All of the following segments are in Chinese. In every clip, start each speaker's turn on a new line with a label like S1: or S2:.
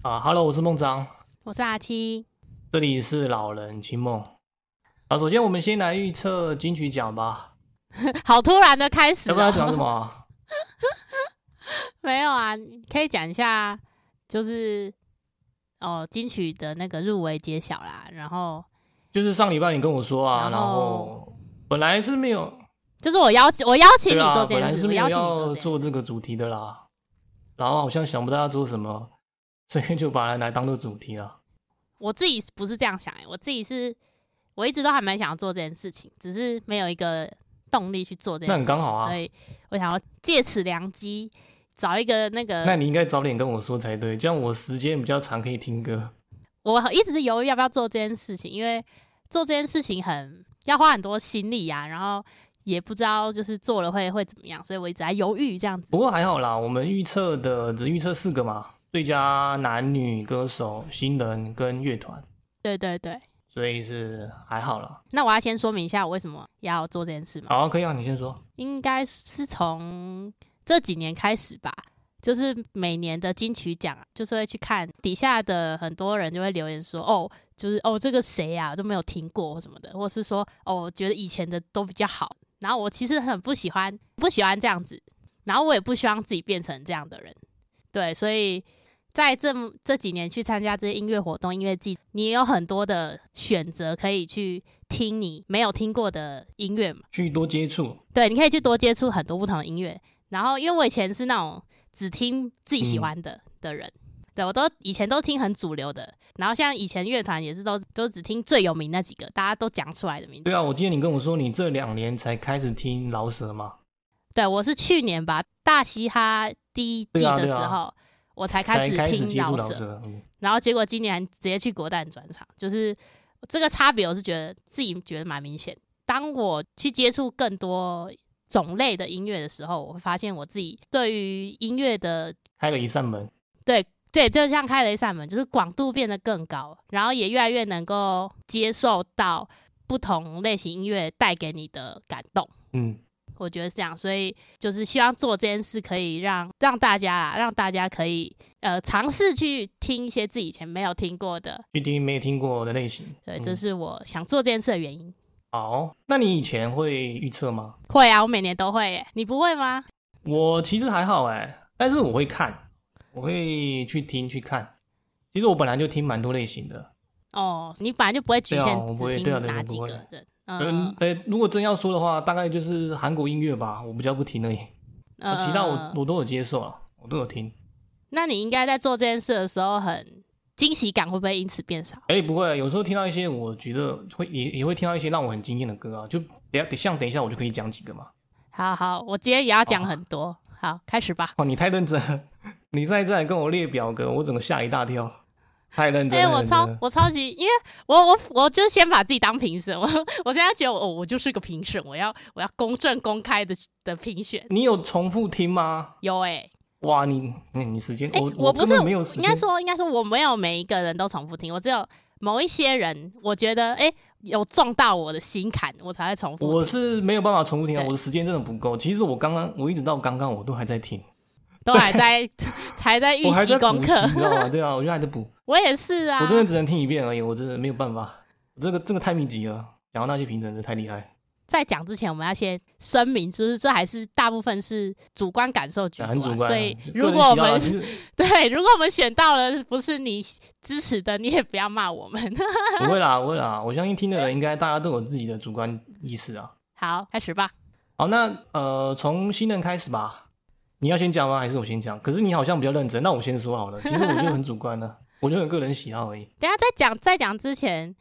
S1: 啊，Hello，我是孟章，
S2: 我是阿七。
S1: 这里是老人清梦。啊，首先我们先来预测金曲奖吧，
S2: 好突然的开始、
S1: 要
S2: 哦，
S1: 不然要讲什么啊？
S2: 没有啊，你可以讲一下，就是哦，金曲的那个入围揭晓啦。然后
S1: 就是上礼拜你跟我说啊，然
S2: 然后
S1: 后本来是没有，
S2: 就是我邀请我邀请
S1: 对
S2: 你
S1: 啊，
S2: 做
S1: 本
S2: 这
S1: 来
S2: 件事，
S1: 是
S2: 我
S1: 没有
S2: 邀请
S1: 要
S2: 你做这件
S1: 做
S2: 事。
S1: 这个主题的啦，然后好像想不到要做什么，所以就把它来当做主题了。
S2: 我自己不是这样想、欸，我自己是我一直都还蛮想要做这件事情，只是没有一个动力去做这件
S1: 那
S2: 事
S1: 很
S2: 情。
S1: 刚好啊
S2: 所以我想要借此良机找一个那个
S1: 那你应该早点跟我说才对，这样我时间比较长，可以听歌。
S2: 我一直是犹豫要不要做这件事情，因为做这件事情很要花很多心力啊，然后也不知道就是做了会会怎么样，所以我一直在犹豫这样子。
S1: 不过还好啦，我们预测的只预测四个嘛，最佳男女歌手、新人跟乐团，
S2: 对对对，
S1: 所以是还好啦。
S2: 那我要先说明一下我为什么要做这件事嘛，
S1: 好，可以啊，你先说。
S2: 应该是从这几年开始吧。就是每年的金曲奖，啊就是会去看底下的很多人就会留言说，哦，就是哦这个谁啊都没有听过或什么的，或是说哦觉得以前的都比较好。然后我其实很不喜欢，不喜欢这样子，然后我也不希望自己变成这样的人。对，所以在这么这几年去参加这些音乐活动、音乐季，你有很多的选择可以去听你没有听过的音乐嘛。
S1: 去多接触，
S2: 对，你可以去多接触很多不同的音乐。然后，因为我以前是那种只听自己喜
S1: 嗯
S2: 欢的、的人，对我都以前都听很主流的。然后，像以前乐团也是都都只听最有名那几个，大家都讲出来的名字。
S1: 对啊，我记得你跟我说你这两年才开始听饶舌嘛，
S2: 对我是去年吧，大嘻哈第一季
S1: 对啊
S2: 的
S1: 对
S2: 时
S1: 啊
S2: 候，我才开
S1: 才
S2: 始
S1: 开始
S2: 听
S1: 接触
S2: 饶
S1: 饶
S2: 舌，
S1: 舌。嗯，
S2: 然后结果今年直接去国蛋转场，就是这个差别，我是觉得自己觉得蛮明显。当我去接触更多种类的音乐的时候，我会发现我自己对于音乐的
S1: 开了一扇门，
S2: 对，就像开了一扇门，就是广度变得更高，然后也越来越能够接受到不同类型音乐带给你的感动。
S1: 嗯，
S2: 我觉得是这样，所以就是希望做这件事可以让让大家啊，让大家可以呃尝试去听一些自己以前没有听过的
S1: 去听没听过的类型。
S2: 对，
S1: 嗯
S2: 这是我想做这件事的原因。
S1: 好。那你以前会预测吗？
S2: 会啊，我每年都会耶。你不会吗？
S1: 我其实还好哎、但是我会看，我会去听去看。其实我本来就听蛮多类型的，
S2: 哦，你本来就不会局
S1: 对啊
S2: 限
S1: 我不
S2: 只
S1: 会
S2: 听
S1: 对啊对啊
S2: 哪
S1: 不
S2: 几
S1: 会
S2: 个人。
S1: 嗯
S2: 嗯，，
S1: 呃，如果真要说的话，大概就是韩国音乐吧，我比较不听而已。啊
S2: 呃
S1: 其他我我都有接受了，我都有听。
S2: 那你应该在做这件事的时候很惊喜感会不会因此变少？
S1: 哎、不会，有时候听到一些我觉得会也也会听到一些让我很惊艳的歌啊，就等一下像等一下我就可以讲几个嘛。
S2: 好好，我今天也要讲
S1: 好
S2: 很多。好，开始吧。
S1: 哦，你太认真了，你上一次还跟我列表格，我整个吓一大跳，太认 真
S2: 哎、
S1: 了。
S2: 我
S1: 认真
S2: 超
S1: 了
S2: 我超级，因为我我我就先把自己当评审，我我现在觉得我我就是个评审，我要我要公正公开的的评选。
S1: 你有重复听吗？
S2: 有哎、
S1: 哇，你你你时间、
S2: 哎、
S1: 我
S2: 我不
S1: 根
S2: 是
S1: 本没有时
S2: 应
S1: 间
S2: 该，说应该说我没有每一个人都重复听，我只有某一些人，我觉得哎、有撞到我的心坎，我才会重复
S1: 我
S2: 听。
S1: 是没有办法重复听啊，
S2: 对
S1: 我的时间真的不够。其实我刚刚我一直到刚刚我都还在听，
S2: 都还在 才在预
S1: 我还
S2: 习
S1: 在补
S2: 功
S1: 习，
S2: 课
S1: 你，知道吗？对啊，我就还在 补。
S2: 我也是啊
S1: 我。真的只能听一遍而已，我真的没有办法，这个这个太密集了，然后那些评审真的太厉害，
S2: 在讲之前，我们要先声明，就是这还是大部分是主观感受居多啊、
S1: 很主观。
S2: 所以
S1: 个人
S2: 如果我
S1: 喜好啊
S2: 们
S1: 其实
S2: 对如果我们选到了不是你支持的，你也不要骂我们。
S1: 不会啦，不会啦，我相信听的人应该大家都有自己的主观意识啊。
S2: 好，开始吧。
S1: 好，那呃，从新人开始吧，你要先讲吗？还是我先讲？可是你好像比较认真，那我先说好了。其实我就很主观了，我就有个人喜好而已。
S2: 等一下在讲在讲之前，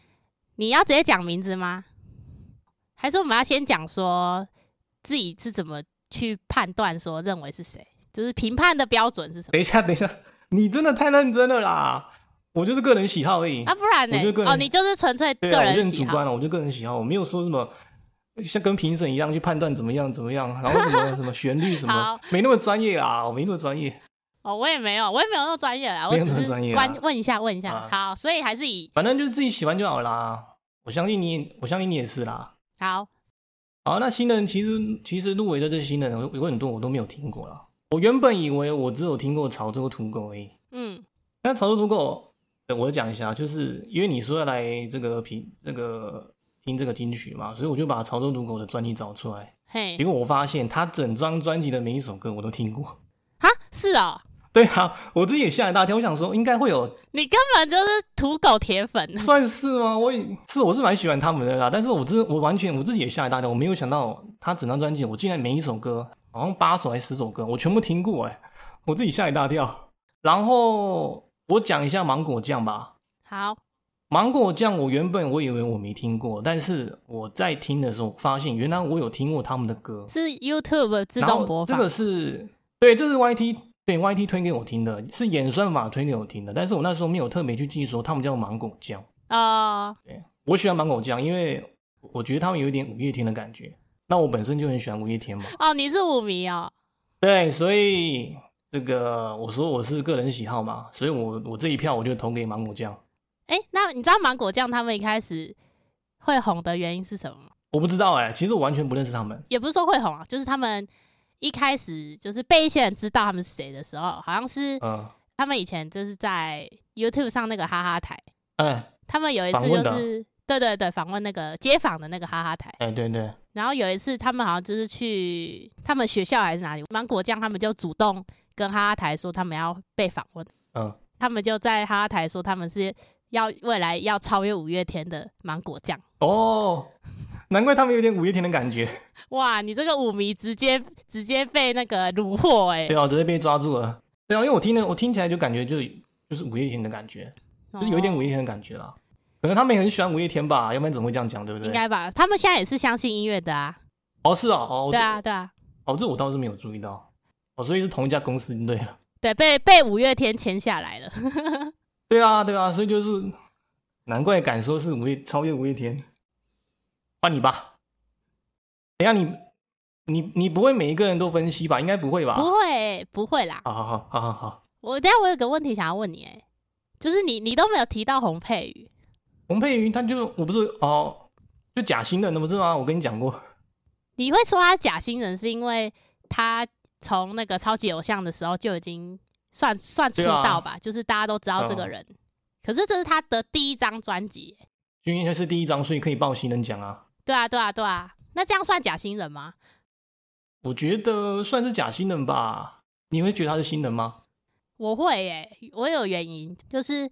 S2: 你要直接讲名字吗？还是我们要先讲说自己是怎么去判断说认为是谁？就是评判的标准是什么
S1: 等一下，等一下，你真的太认真了啦，我就是个人喜好而已。
S2: 啊？不然呢、
S1: 我就个人
S2: 哦，你就是纯粹个
S1: 对啊，我就
S2: 人
S1: 很
S2: 喜
S1: 主
S2: 好。
S1: 观了，我就个人喜好，我没有说什么像跟评审一样去判断怎么样怎么样，然后什么什么旋律什么
S2: 好，
S1: 没那么专业啦，我没那么专业。
S2: 哦，我也没有，我也没有那么专业啦，我
S1: 没有
S2: 只
S1: 那么
S2: 是
S1: 专业啊
S2: 关问一下问一下、
S1: 啊
S2: 好，所以还是以
S1: 反正就是自己喜欢就好啦。我相信你，我相信你也是啦。
S2: 好
S1: 好，那新人其实其实入围的这些新人有有很多我都没有听过啦。我原本以为我只有听过潮州土狗而已，
S2: 嗯
S1: 那潮州土狗，呃我讲一下，就是因为你说要来这个评这个听这个金曲嘛，所以我就把潮州土狗的专辑找出来。
S2: 嘿
S1: 结，果我发现他整张专辑的每一首歌我都听过。
S2: 哈，是哦，
S1: 对啊，我自己也吓一大跳，我想说应该会有，
S2: 你根本就是土狗铁粉
S1: 算是哦吗？我也是我是蛮喜欢他们的啦，但是我真的我完全我自己也吓一大跳，我没有想到他整张专辑我竟然每一首歌好像八首还是十首歌我全部听过哎、我自己吓一大跳。然后我讲一下芒果酱吧，
S2: 好，
S1: 芒果酱，我原本我以为我没听过，但是我在听的时候发现，原来我有听过他们的歌。
S2: 是 YouTube 自
S1: 然
S2: 动
S1: 后
S2: 播
S1: 这
S2: 放，
S1: 个是对，这是 YT 对 YT 推给我听的，是演算法推给我听的。但是我那时候没有特别去记说他们叫芒果酱。
S2: 哦，
S1: 我喜欢芒果酱，因为我觉得他们有一点五月天的感觉。那我本身就很喜欢五月天嘛，
S2: 哦，你是舞迷哦，
S1: 对，所以这个我说我是个人喜好嘛，所以我我这一票我就投给芒果酱。
S2: 哎、那你知道芒果酱他们一开始会红的原因是什么吗？
S1: 我不知道哎、其实我完全不认识他们。
S2: 也不是说会红啊，就是他们一开始就是被一些人知道他们是谁的时候，好像是
S1: 嗯、
S2: 他们以前就是在 YouTube 上那个哈哈台，
S1: 哎、
S2: 他们有一次
S1: 访问
S2: 就
S1: 的啊
S2: 是对对对访问那个街访的那个哈哈台，
S1: 哎、对对。
S2: 然后有一次他们好像就是去他们学校还是哪里，芒果酱他们就主动跟哈哈台说他们要被访问，
S1: 嗯，
S2: 他们就在哈哈台说他们是要未来要超越五月天的芒果酱。
S1: 哦，难怪他们有点五月天的感觉。
S2: 哇，你这个舞迷直接直接被那个虏获哎、
S1: 对啊，直接被抓住了。对啊，因为我听的，我听起来就感觉就就是五月天的感觉，啊就是有一点
S2: 哦
S1: 五月天的感觉啦。可能他们也很喜欢五月天吧，要不然怎么会这样讲，对不
S2: 应
S1: 对？
S2: 该吧？他们现在也是相信音乐的啊，
S1: 哦，是哦，哦，
S2: 对啊，对啊，
S1: 这，哦，这我倒是没有注意到。哦，所以是同一家公司，对了。
S2: 对，被被五月天签下来了。
S1: 对啊，对啊，所以就是难怪敢说是五月超越五月天。换你吧。等一下你你你不会每一个人都分析吧？应该不会吧？
S2: 不会，不会啦。
S1: 好好好好好好。
S2: 我等一下我有个问题想要问你哎、就是你你都没有提到洪佩瑜，
S1: 洪佩瑜他就我不是哦，就假新人的不是吗？我跟你讲过，
S2: 你会说他假新人是因为他从那个超级偶像的时候就已经算算出
S1: 对啊嗯
S2: 道吧，就是大家都知道这个人。可是这是他的第一张专辑欸，
S1: 就因为是第一张，所以可以报新人奖啊。
S2: 对啊，对啊，对啊。那这样算假新人吗？
S1: 我觉得算是假新人吧。你会觉得他是新人吗？
S2: 我会耶、我有原因，就是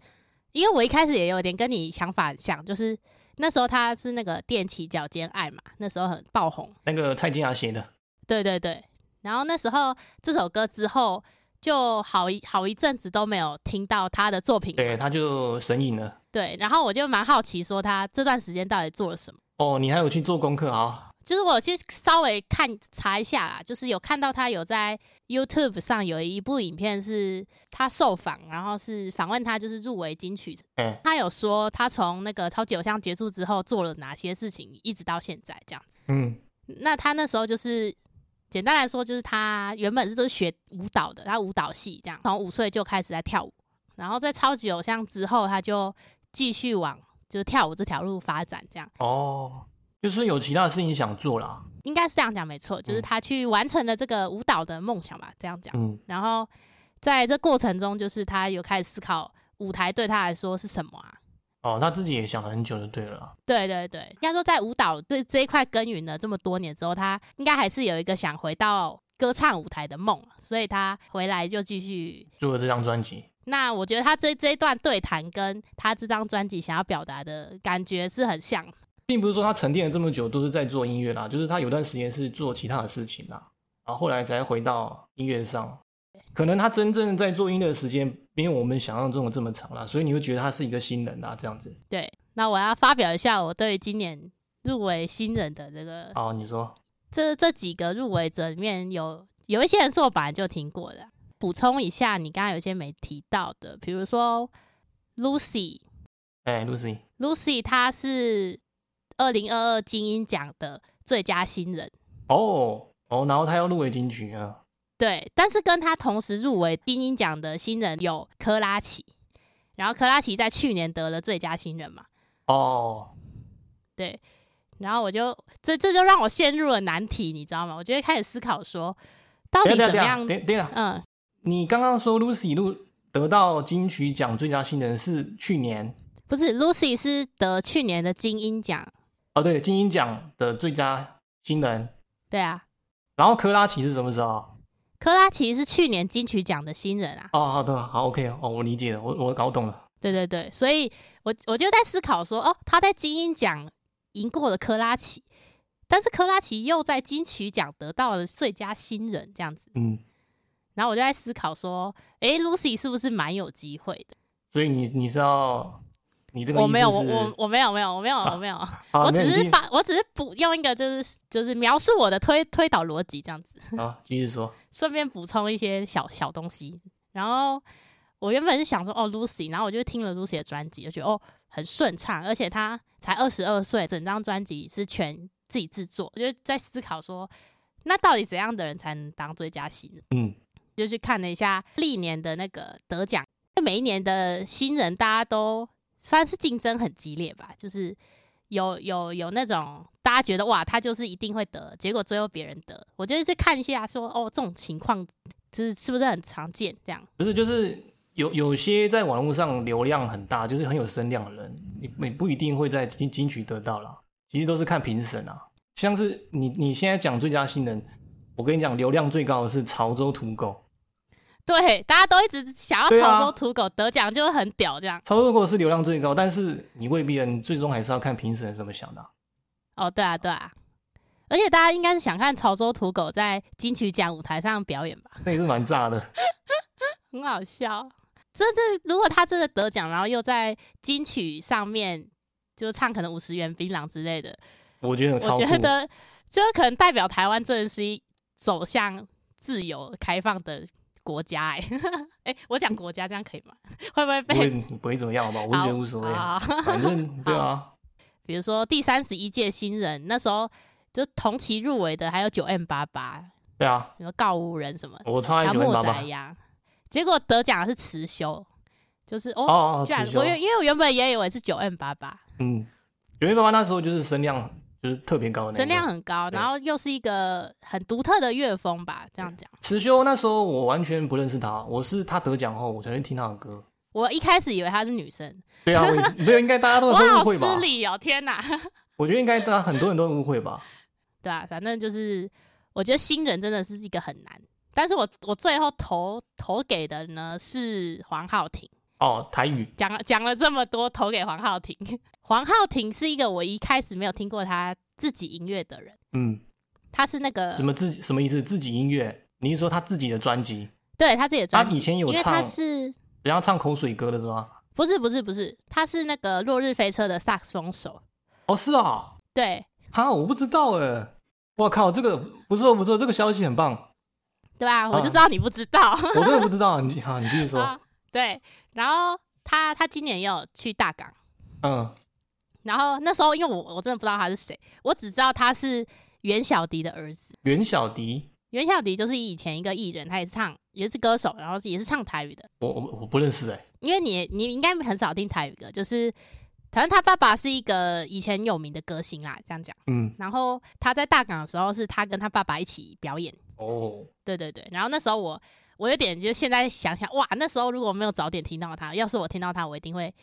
S2: 因为我一开始也有点跟你想法很像，就是那时候他是那个踮起脚尖爱嘛，那时候很爆红，
S1: 那个蔡健雅写的，
S2: 对对对。然后那时候这首歌之后，就好一好一阵子都没有听到他的作品，
S1: 对，他就神隐了。
S2: 对。然后我就蛮好奇说他这段时间到底做了什么，
S1: 哦，你还有去做功课啊？
S2: 就是我有去稍微看查一下啦，就是有看到他有在 YouTube 上有一部影片是他受访，然后是访问他就是入围金曲
S1: 哎、
S2: 他有说他从那个超级偶像结束之后做了哪些事情，一直到现在这样子。
S1: 嗯，
S2: 那他那时候就是简单来说，就是他原本是都是学舞蹈的，他舞蹈系这样，从五岁就开始在跳舞，然后在超级偶像之后，他就继续往就是跳舞这条路发展，这样
S1: 哦，就是有其他的事情想做啦。
S2: 应该是这样讲没错，就是
S1: 嗯
S2: 他去完成了这个舞蹈的梦想吧，这样讲。
S1: 嗯，
S2: 然后在这过程中，就是他有开始思考舞台对他来说是什么啊，
S1: 哦，他自己也想了很久就对了啦。
S2: 对对对，应该说在舞蹈这这一块耕耘了这么多年之后，他应该还是有一个想回到歌唱舞台的梦，啊所以他回来就继续。
S1: 做了这张专辑，
S2: 那我觉得他这这一段对谈跟他这张专辑想要表达的感觉是很像，
S1: 并不是说他沉淀了这么久都是在做音乐啦，就是他有段时间是做其他的事情啦，然后后来才回到音乐上。可能他真正在做音乐的时间没有我们想象中的这么长啦，所以你会觉得他是一个新人啊啦，这样子。
S2: 对。那我要发表一下我对于今年入围新人的这个
S1: 好，哦你说，
S2: 这这几个入围者里面有有一些人是我本来就听过的。补充一下，你刚刚有些没提到的，比如说 Lucy，
S1: 哎，Lucy，
S2: Lucy 她是二零二二金鹰奖的最佳新人，
S1: 哦哦，然后他要入围金曲啊，
S2: 对，但是跟她同时入围金鹰奖的新人有科拉奇，然后科拉奇在去年得了最佳新人嘛，
S1: 哦，
S2: 对，然后我就这这就让我陷入了难题，你知道吗？我就会开始思考说，到
S1: 等
S2: 底
S1: 一下等
S2: 怎
S1: 一
S2: 么
S1: 下
S2: 样
S1: 等一？下等一下，
S2: 嗯，
S1: 你刚刚说 Lucy 入得到金曲奖最佳新人是去年
S2: 不是 Lucy 是得去年的金鹰奖，
S1: 哦，对，金鹰奖的最佳新人。
S2: 对啊，
S1: 然后科拉奇是什么时候？
S2: 科拉奇是去年金曲奖的新人啊。
S1: 哦，好的，好，OK，哦，我理解了，我我搞懂了。
S2: 对对对，所以我我就在思考说，哦，他在金鹰奖赢过了科拉奇，但是科拉奇又在金曲奖得到了最佳新人这样子，
S1: 嗯，
S2: 然后我就在思考说，诶 l u c y 是不是蛮有机会的？
S1: 所以你你是要你这个
S2: 我没有，
S1: 意
S2: 我
S1: 思是
S2: 我我没有，没有，我没有，我没有，
S1: 啊
S2: 我
S1: 没有
S2: 只
S1: 你
S2: 是
S1: 继
S2: 发，我只是补用一个就是就是描述我的推推导逻辑这样子。
S1: 续啊，继续说。
S2: 顺便补充一些小小东西。然后我原本是想说，哦，Lucy，然后我就听了 Lucy 的专辑，就觉得哦很顺畅，而且她才二十二岁，整张专辑是全自己制作，我就在思考说，那到底怎样的人才能当最佳新人？
S1: 嗯，
S2: 就去看了一下历年的那个得奖，因为每一年的新人大家都算是竞争很激烈吧，就是。有有有那种大家觉得哇，他就是一定会得，结果最后别人得，我就是去看一下说哦，这种情况就是是不是很常见？这样
S1: 不是，就是有有些在网络上流量很大，就是很有声量的人，你你不一定会在金金曲得到啦。其实都是看评审啊。像是你你现在讲最佳新人，我跟你讲，流量最高的是潮州土狗，
S2: 对，大家都一直想要
S1: 对啊
S2: 潮州土狗得奖，就会很屌这样。
S1: 潮州土狗是流量最高，但是你未必啊，你最终还是要看评审是怎么想的啊、
S2: 哦，对啊，对啊，而且大家应该是想看潮州土狗在金曲奖舞台上表演吧？
S1: 那也是蛮炸的。
S2: 很好笑。这这，如果他真的得奖，然后又在金曲上面就唱可能五十元槟榔之类的，
S1: 我觉得很超
S2: 我
S1: 酷
S2: 觉，得就是可能代表台湾真的是一走向自由开放的国家、欸。 哎、我讲国家这样可以吗？ 会不会
S1: 不
S2: 被？
S1: 会不会怎么样好吧？我是觉得无所谓，
S2: 好好
S1: 反正对啊，
S2: 比如说第三十一届新人，那时候就同期入围的还有九 M 八八，
S1: 对啊，
S2: 什么告五人什么的，
S1: 我超
S2: 还
S1: 爱
S2: 有
S1: 哦九零
S2: 莫
S1: 八
S2: 宰
S1: 八。
S2: 阳，结果得奖的是辞修，就是哦，
S1: 哦哦，
S2: 居然
S1: 辞修
S2: 我原因为我原本也以为是九 M 八八，
S1: 嗯，九零八八那时候就是声量就是特别哦高的那一个，
S2: 声量很高，
S1: 对
S2: 然后又是一个很独特的乐风吧，这样讲。
S1: 池修那时候我完全不认识他，我是他得奖后我才去听他的歌。
S2: 我一开始以为她是女生，
S1: 对啊，我也是，没有，应该大家都
S2: 我
S1: 会误
S2: 好
S1: 会吧
S2: 失？礼哦，天 哪！
S1: 我觉得应该大家很多人都会误会吧。
S2: 对啊，反正就是我觉得新人真的是一个很难，但是我我最后投投给的呢是黄浩庭，
S1: 哦，台语，
S2: 讲了讲了这么多，投给黄浩庭。 黄浩庭是一个我一开始没有听过他自己音乐的人，
S1: 嗯，
S2: 他是那个
S1: 什么自什么意思？自己音乐？你是说他自己的专辑？
S2: 对他自己的
S1: 他
S2: 专辑，
S1: 以前啊有
S2: 因为
S1: 唱
S2: 他是
S1: 人家唱口水歌的是吗？
S2: 不是不是不是，他是那个落日飞车的萨克斯风手，
S1: 哦，是啊，
S2: 对
S1: 哈，我不知道哎。我靠，这个不错不错，这个消息很棒，
S2: 对吧、我就
S1: 啊哦
S2: 知道你不知道。
S1: 我真的不知道。你好，你继续说。
S2: 啊， 对，然后他他今年也有去大港。
S1: 嗯，
S2: 然后那时候因为我我真的不知道他是谁，我只知道他是袁小迪的儿子。
S1: 袁小迪，
S2: 袁小迪就是以前一个艺人，他也是唱也是歌手，然后也是唱台语的。
S1: 我我我不认识哎。
S2: 因为你你应该很少听台语歌，就是反正他爸爸是一个以前有名的歌星啦，这样讲。
S1: 嗯，
S2: 然后他在大港的时候是他跟他爸爸一起表演，
S1: 哦，
S2: 对对对。然后那时候我我有点就现在想想哇，那时候如果没有早点听到他，要是我听到他，我一定会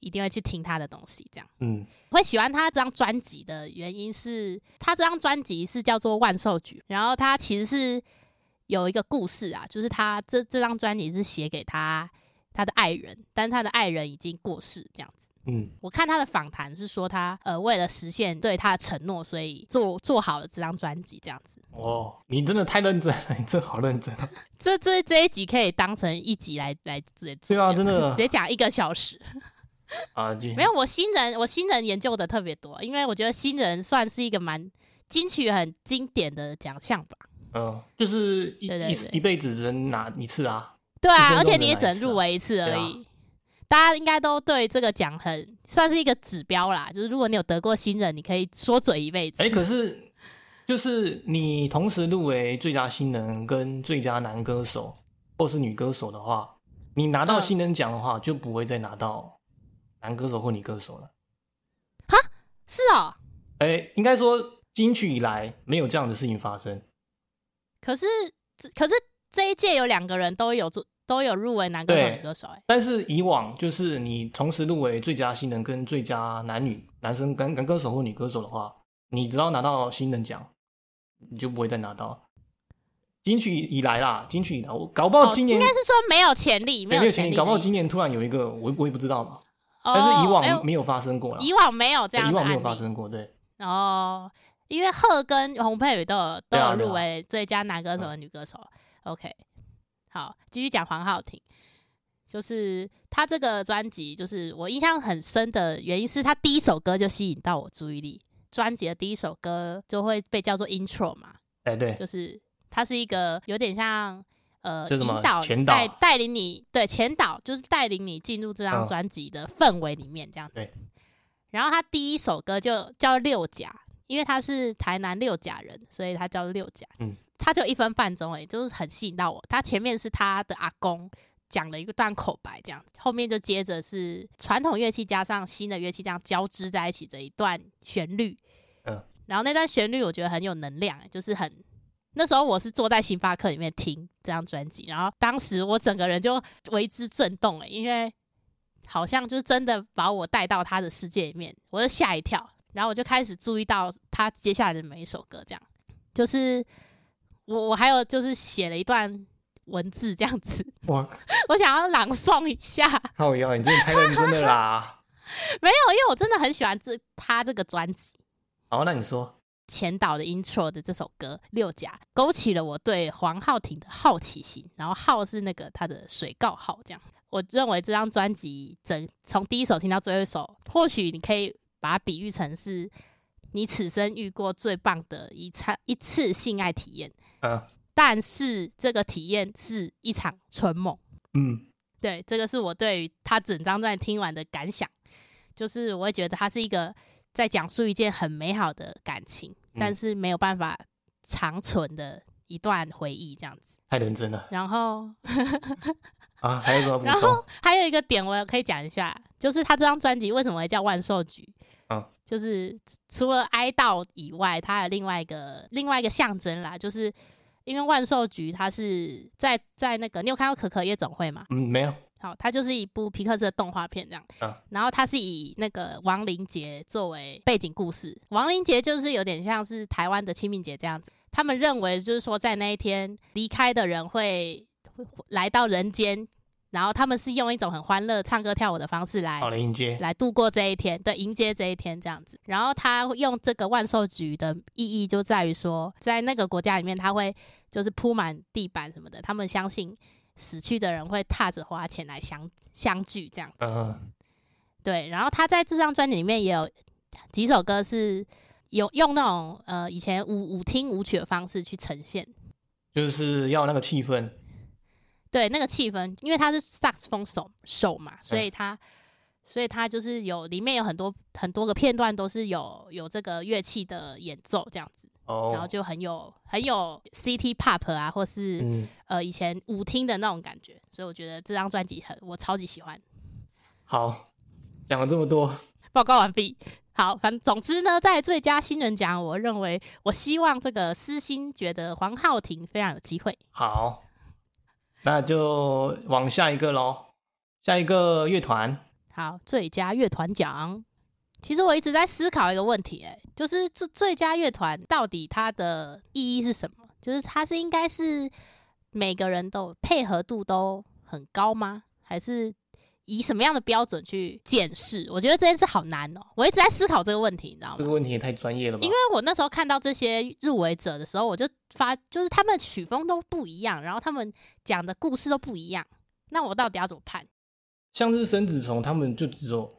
S2: 一定会去听他的东西这样。
S1: 嗯，
S2: 会喜欢他这张专辑的原因是，他这张专辑是叫做《万寿菊》，然后他其实是有一个故事啊，就是他这这张专辑是写给他他的爱人，但是他的爱人已经过世这样子。
S1: 嗯，
S2: 我看他的访谈是说他呃为了实现对他的承诺，所以做做好了这张专辑这样子。
S1: 哦，你真的太认真了，你真的好认 真。
S2: 这这这一集可以当成一集来来直接做
S1: 对啊，
S2: 这
S1: 真
S2: 样直
S1: 的
S2: 接讲一个小时。
S1: 啊，继续
S2: 没有，我新人我新人研究的特别多，因为我觉得新人算是一个蛮金曲很经典的奖项吧。
S1: 嗯，就是一
S2: 对对
S1: 一
S2: 对
S1: 一辈子只能拿一次啊。
S2: 对啊，
S1: 一生
S2: 而且
S1: 中
S2: 你也只
S1: 只能
S2: 能
S1: 来一次啊
S2: 入围
S1: 对
S2: 一次而
S1: 啊
S2: 已。大家应该都对这个奖很算是一个指标啦，就是如果你有得过新人，你可以说嘴一辈子。
S1: 哎、可是就是你同时入围最佳新人跟最佳男歌手或是女歌手的话，你拿到
S2: 嗯
S1: 新人奖的话，就不会再拿到男歌手或女歌手了。
S2: 是哦，
S1: 哎、应该说金曲以来没有这样的事情发生。
S2: 可是可是这一届有两个人都有做都有入围男歌手、女歌手、欸，哎，
S1: 但是以往就是你同时入围最佳新人跟最佳男女男生男男歌手或女歌手的话，你只要拿到新人奖，你就不会再拿到金曲以来啦，金曲以来，我搞不好今年、
S2: 哦、应该是说没有潜力，
S1: 没
S2: 有
S1: 潜
S2: 力，
S1: 搞不好今年突然有一个，我我也不知道嘛。
S2: 哦、
S1: 但是以
S2: 哎
S1: 往没有发生过啦，
S2: 以往没有这
S1: 对
S2: 样
S1: 以
S2: 的
S1: 往
S2: 案
S1: 没有
S2: 例
S1: 发生过，对
S2: 哦，因为贺跟洪佩宇都有都
S1: 对啊
S2: 有
S1: 对啊嗯
S2: 入围最佳男歌手和女歌手。OK，好，继续讲黄浩庭，就是他这个专辑，就是我印象很深的原因是他第一首歌就吸引到我注意力，专辑的第一首歌就会被叫做 intro 嘛，
S1: 哎对，
S2: 就是它是一个有点像呃
S1: 这是什么
S2: 引导
S1: 前导
S2: 带带领你对前导就是带领你进入这张
S1: 嗯
S2: 专辑的氛围里面这样子。
S1: 对
S2: 然后他第一首歌就叫六甲，因为他是台南六甲人，所以他叫六甲。
S1: 嗯，
S2: 他只有一分半钟诶，就是很吸引到我。他前面是他的阿公。讲了一段口白，这样，后面就接着是传统乐器加上新的乐器，这样交织在一起的一段旋律。
S1: 嗯，
S2: 然后那段旋律我觉得很有能量，就是很那时候我是坐在星巴克里面听这张专辑，然后当时我整个人就为之震动了，因为好像就真的把我带到他的世界里面，我就吓一跳，然后我就开始注意到他接下来的每一首歌，这样就是我我还有就是写了一段文字这样子，
S1: 哇，
S2: 我想要朗诵一下，
S1: 靠腰，你真的太认真了啦。
S2: 没有，因为我真的很喜欢这他这个专辑，
S1: 好，那你说，
S2: 前导的 intro 的这首歌《六甲》，勾起了我对黄浩庭的好奇心。然后“浩”是那个他的水告号，这样。我认为这张专辑整从第一首听到最后一首，或许你可以把它比喻成是你此生遇过最棒的一场一次性爱体验，
S1: 嗯
S2: 但是这个体验是一场春梦。
S1: 嗯，
S2: 对，这个是我对于他整张专辑听完的感想，就是我会觉得他是一个在讲述一件很美好的感情，但
S1: 嗯
S2: 是没有办法长存的一段回忆这样子。
S1: 太认真了
S2: 然后，
S1: 啊！还有什么补
S2: 然
S1: 充
S2: 后？还有一个点我可以讲一下，就是他这张专辑为什么会叫万寿菊？
S1: 嗯
S2: 就是除了哀悼以外，它还有另外一个另外一个象征啦，就是因为万寿菊它是在在那个你有看过《可可夜总会》吗？
S1: 嗯，没有，
S2: 好，它就是一部皮克斯的动画片这样。
S1: 嗯
S2: 然后它是以那个亡灵节作为背景故事，亡灵节就是有点像是台湾的清明节这样子。他们认为就是说，在那一天离开的人会会会来到人间，然后他们是用一种很欢乐、唱歌跳舞的方式来
S1: 好了，迎接
S2: 来度过这一天，对，迎接这一天这样子。然后他用这个万寿菊的意义就在于说，在那个国家里面，他会就是铺满地板什么的，他们相信死去的人会踏着花前来相相聚这样。
S1: 嗯，
S2: 对，然后他在这张专辑里面也有几首歌是有用那种呃以前舞舞厅舞曲的方式去呈现。
S1: 就是要那个气氛，
S2: 对那个气氛，因为他是萨克斯风手手嘛，所
S1: 嗯
S2: 以他、所以他就是有里面有很多很多个片段都是有有这个乐器的演奏这样子，然后
S1: 哦，
S2: 就很有很有 City Pop 啊，或是、
S1: 嗯，
S2: 呃以前舞厅的那种感觉，所以我觉得这张专辑很我超级喜欢。
S1: 好，讲了这么多，
S2: 报告完毕。好，反正总之呢，在最佳新人奖，我认为我希望这个私心觉得黄浩庭非常有机会。
S1: 好，那就往下一个喽。下一个乐团，
S2: 好，最佳乐团奖。其实我一直在思考一个问题、哎，就是这最佳乐团到底它的意义是什么？就是它是应该是每个人都配合度都很高吗？还是以什么样的标准去检视？我觉得这件事好难哦、我一直在思考这个问题，你知道
S1: 这
S2: 吗
S1: 个？问题也太专业了吧
S2: 因？为我那时候看到这些入围者的时候，我就发，就是他们曲风都不一样，然后他们讲的故事都不一样，那我到底要怎么判？
S1: 像是生子虫，他们就只有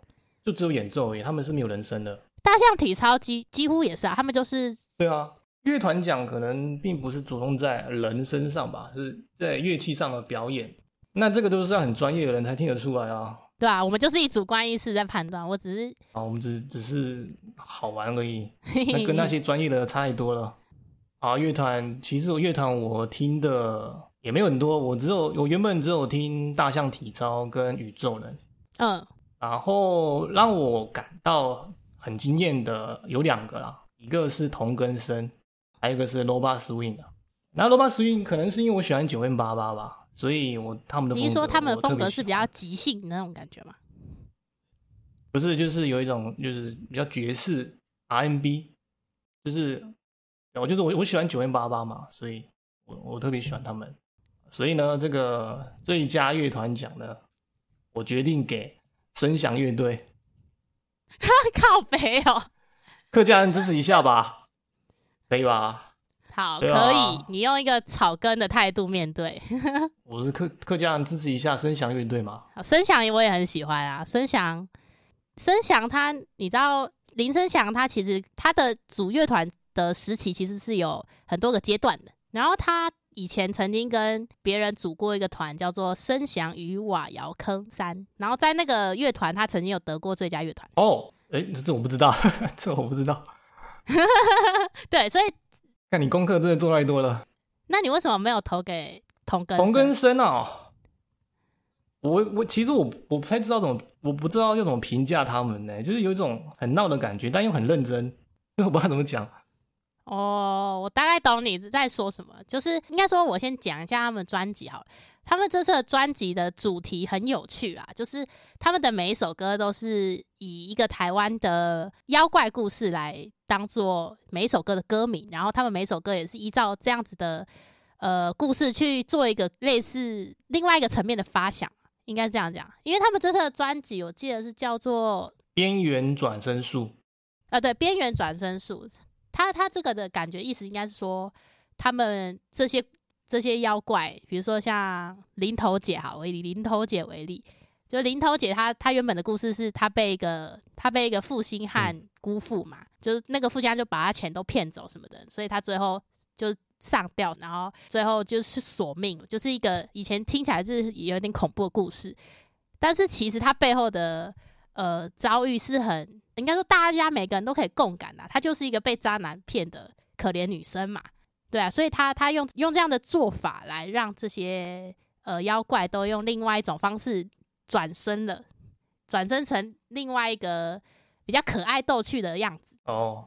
S1: 就只有演奏而已，他们是没有人声的。
S2: 大象体操几几乎也是啊，他们就是
S1: 对啊，乐团奖可能并不是着重在人身上吧，是在乐器上的表演。那这个都是要很专业的人才听得出来啊。
S2: 对啊，我们就是以主观意识在判断，我只是
S1: 啊，我们只只是好玩而已， 那跟那些专业的差太多了。啊，乐团其实我乐团我听的也没有很多，我只有我原本只有听大象体操跟宇宙人，
S2: 嗯
S1: 然后让我感到很惊艳的有两个啦，一个是同根生，还有一个是 Loba Swing 啊。那 Loba Swing 可能是因为我喜欢九 N 八八吧，所以我他们的
S2: 你是说他们的
S1: 风
S2: 风格是比
S1: 较
S2: 较即兴的那种感觉吗？
S1: 不是就是有一种就是比较爵士 RMB，就是我就是我我喜欢九零八八嘛，所以我我特别喜欢他们，所以呢这个最佳乐团奖呢，我决定给声响乐队，
S2: 靠北哦，
S1: 客家人支持一下吧，可以吧？
S2: 好，
S1: 对啊
S2: 可以，你用一个草根的态度面对。
S1: 我是客客家人，支持一下声响乐队嘛。
S2: 好声响我也很喜欢啊，声响，声响他，你知道林声响他其实他的主乐团的时期其实是有很多个阶段的，然后他以前曾经跟别人组过一个团叫做声响与瓦窑坑三，然后在那个乐团他曾经有得过最佳乐团，
S1: 哦，哎，这这我不知道， 这我不知道。
S2: 对，所以
S1: 看你功课真的做太多了。
S2: 那你为什么没有投给同根生？
S1: 同根生啊，我我其实我我不太知道怎么，我不知道要怎么评价他们呢、就是有一种很闹的感觉，但又很认真， 因为我不知道怎么讲。
S2: 哦，我大概懂你在说什么，就是应该说，我先讲一下他们专辑好了。他们这次的专辑的主题很有趣啦，就是他们的每一首歌都是以一个台湾的妖怪故事来当做每一首歌的歌名，然后他们每一首歌也是依照这样子的呃故事去做一个类似另外一个层面的发想，应该是这样讲。因为他们这次的专辑，我记得是叫做
S1: 边缘转身术，
S2: 呃，对，边缘转身术，他他这个的感觉意思应该是说，他们这些这些妖怪，比如说像林头姐好为例，林头姐为例，就林头姐她她原本的故事是她被一个她被一个负心汉辜负嘛，就是那个负心汉就把她钱都骗走什么的，所以她最后就上吊，然后最后就是索命，就是一个以前听起来就是有点恐怖的故事，但是其实她背后的呃遭遇是很，应该说大家每个人都可以共感的、她就是一个被渣男骗的可怜女生嘛，对啊，所以她她用用这样的做法来让这些呃妖怪都用另外一种方式转身了，转身成另外一个比较可爱逗趣的样子。
S1: 哦，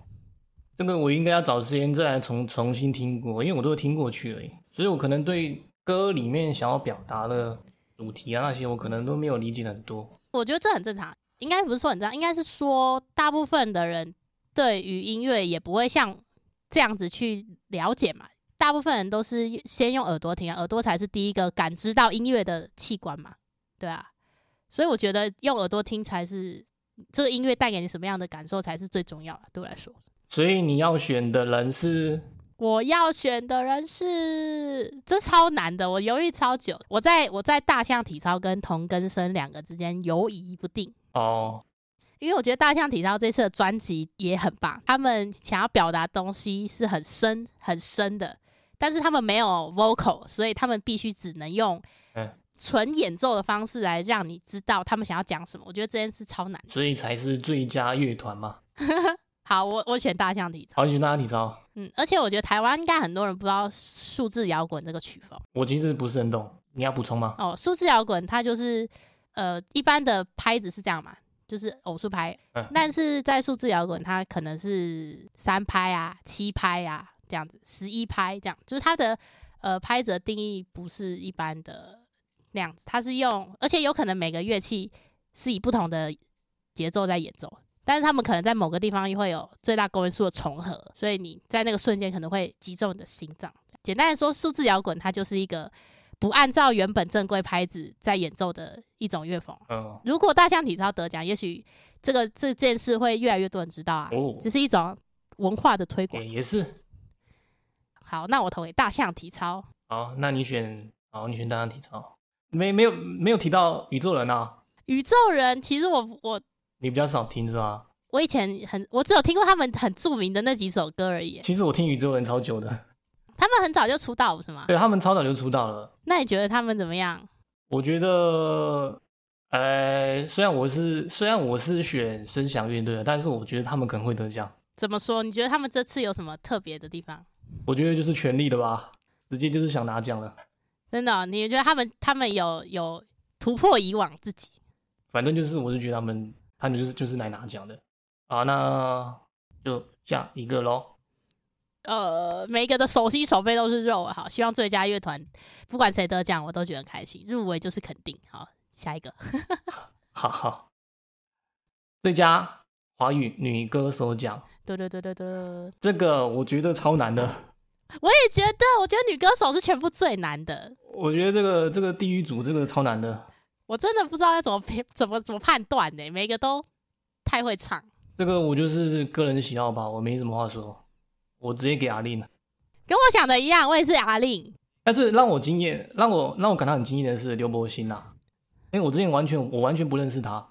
S1: 这个我应该要找时间再来重重新听过，因为我都听过去而已，所以我可能对歌里面想要表达的主题啊那些，我可能都没有理解得很多。
S2: 我觉得这很正常，应该不是说很正常，应该是说大部分的人对于音乐也不会像这样子去了解嘛。大部分人都是先用耳朵听啊，耳朵才是第一个感知到音乐的器官嘛，对啊。所以我觉得用耳朵听才是这个音乐带给你什么样的感受才是最重要的，对我来说。
S1: 所以你要选的人是
S2: 我要选的人是，这超难的，我犹豫超久。我在我在大象体操跟同根生两个之间犹疑不定，
S1: 哦，
S2: 因为我觉得大象体操这次的专辑也很棒，他们想要表达的东西是很深很深的，但是他们没有 vocal，所以他们必须只能用
S1: 嗯
S2: 纯演奏的方式来让你知道他们想要讲什么。我觉得这件事超难。
S1: 所以才是最佳乐团嘛。
S2: 好，我我选大象体操，
S1: 好，你去大家体操，
S2: 嗯，而且我觉得台湾应该很多人不知道数字摇滚这个曲风。
S1: 我其实不是很懂，你要补充吗？
S2: 哦，数字摇滚它就是呃一般的拍子是这样嘛，就是偶数拍，
S1: 嗯
S2: 但是在数字摇滚它可能是三拍啊、七拍啊这样子，十一拍这样，就是它的呃拍子的定义不是一般的那样子，它是用，而且有可能每个乐器是以不同的节奏在演奏。但是他们可能在某个地方又会有最大公约数的重合，所以你在那个瞬间可能会击中你的心脏。简单来说，数字摇滚它就是一个不按照原本正规拍子在演奏的一种乐风。
S1: 嗯，
S2: 如果大象体操得奖，也许这个这件事会越来越多人知道啊，
S1: 哦，
S2: 这是一种文化的推广
S1: 也。也是。
S2: 好，那我投给大象体操。
S1: 好，那你选，好，你选大家体操。没没有没有提到宇宙人啊，
S2: 宇宙人，其实我我
S1: 你比较少听是吧？
S2: 我以前很我只有听过他们很著名的那几首歌而已。
S1: 其实我听宇宙人超久的，
S2: 他们很早就出道是吗？
S1: 对他们超早就出道了。
S2: 那你觉得他们怎么样？
S1: 我觉得，呃，虽然我是虽然我是选声响乐队的，但是我觉得他们可能会得奖。
S2: 怎么说？你觉得他们这次有什么特别的地方？
S1: 我觉得就是全力的吧，直接就是想拿奖了。
S2: 真的哦、你觉得他们他们有有突破以往自己？
S1: 反正就是，我就觉得他们他们就是就是来拿奖的啊。那就下一个喽。
S2: 呃，每一个的手心手背都是肉。啊好，希望最佳乐团不管谁得奖，我都觉得很开心。入围就是肯定。好，下一个
S1: 好好， 最佳华语女歌手奖，
S2: 对对对对对，我
S1: 这个我觉得超难的。
S2: 也觉得，我觉得女歌手是全部最难的。
S1: 我觉得这个这个地狱组这个超难的，
S2: 我真的不知道要怎么评怎么怎么判断呢、每一个都太会唱。
S1: 这个我就是个人喜好吧，我没什么话说，我直接给阿令了。
S2: 跟我想的一样，我也是阿令。
S1: 但是让我惊艳，让我让我感到很惊艳的是刘柏辛啦、因为我之前完全我完全不认识他，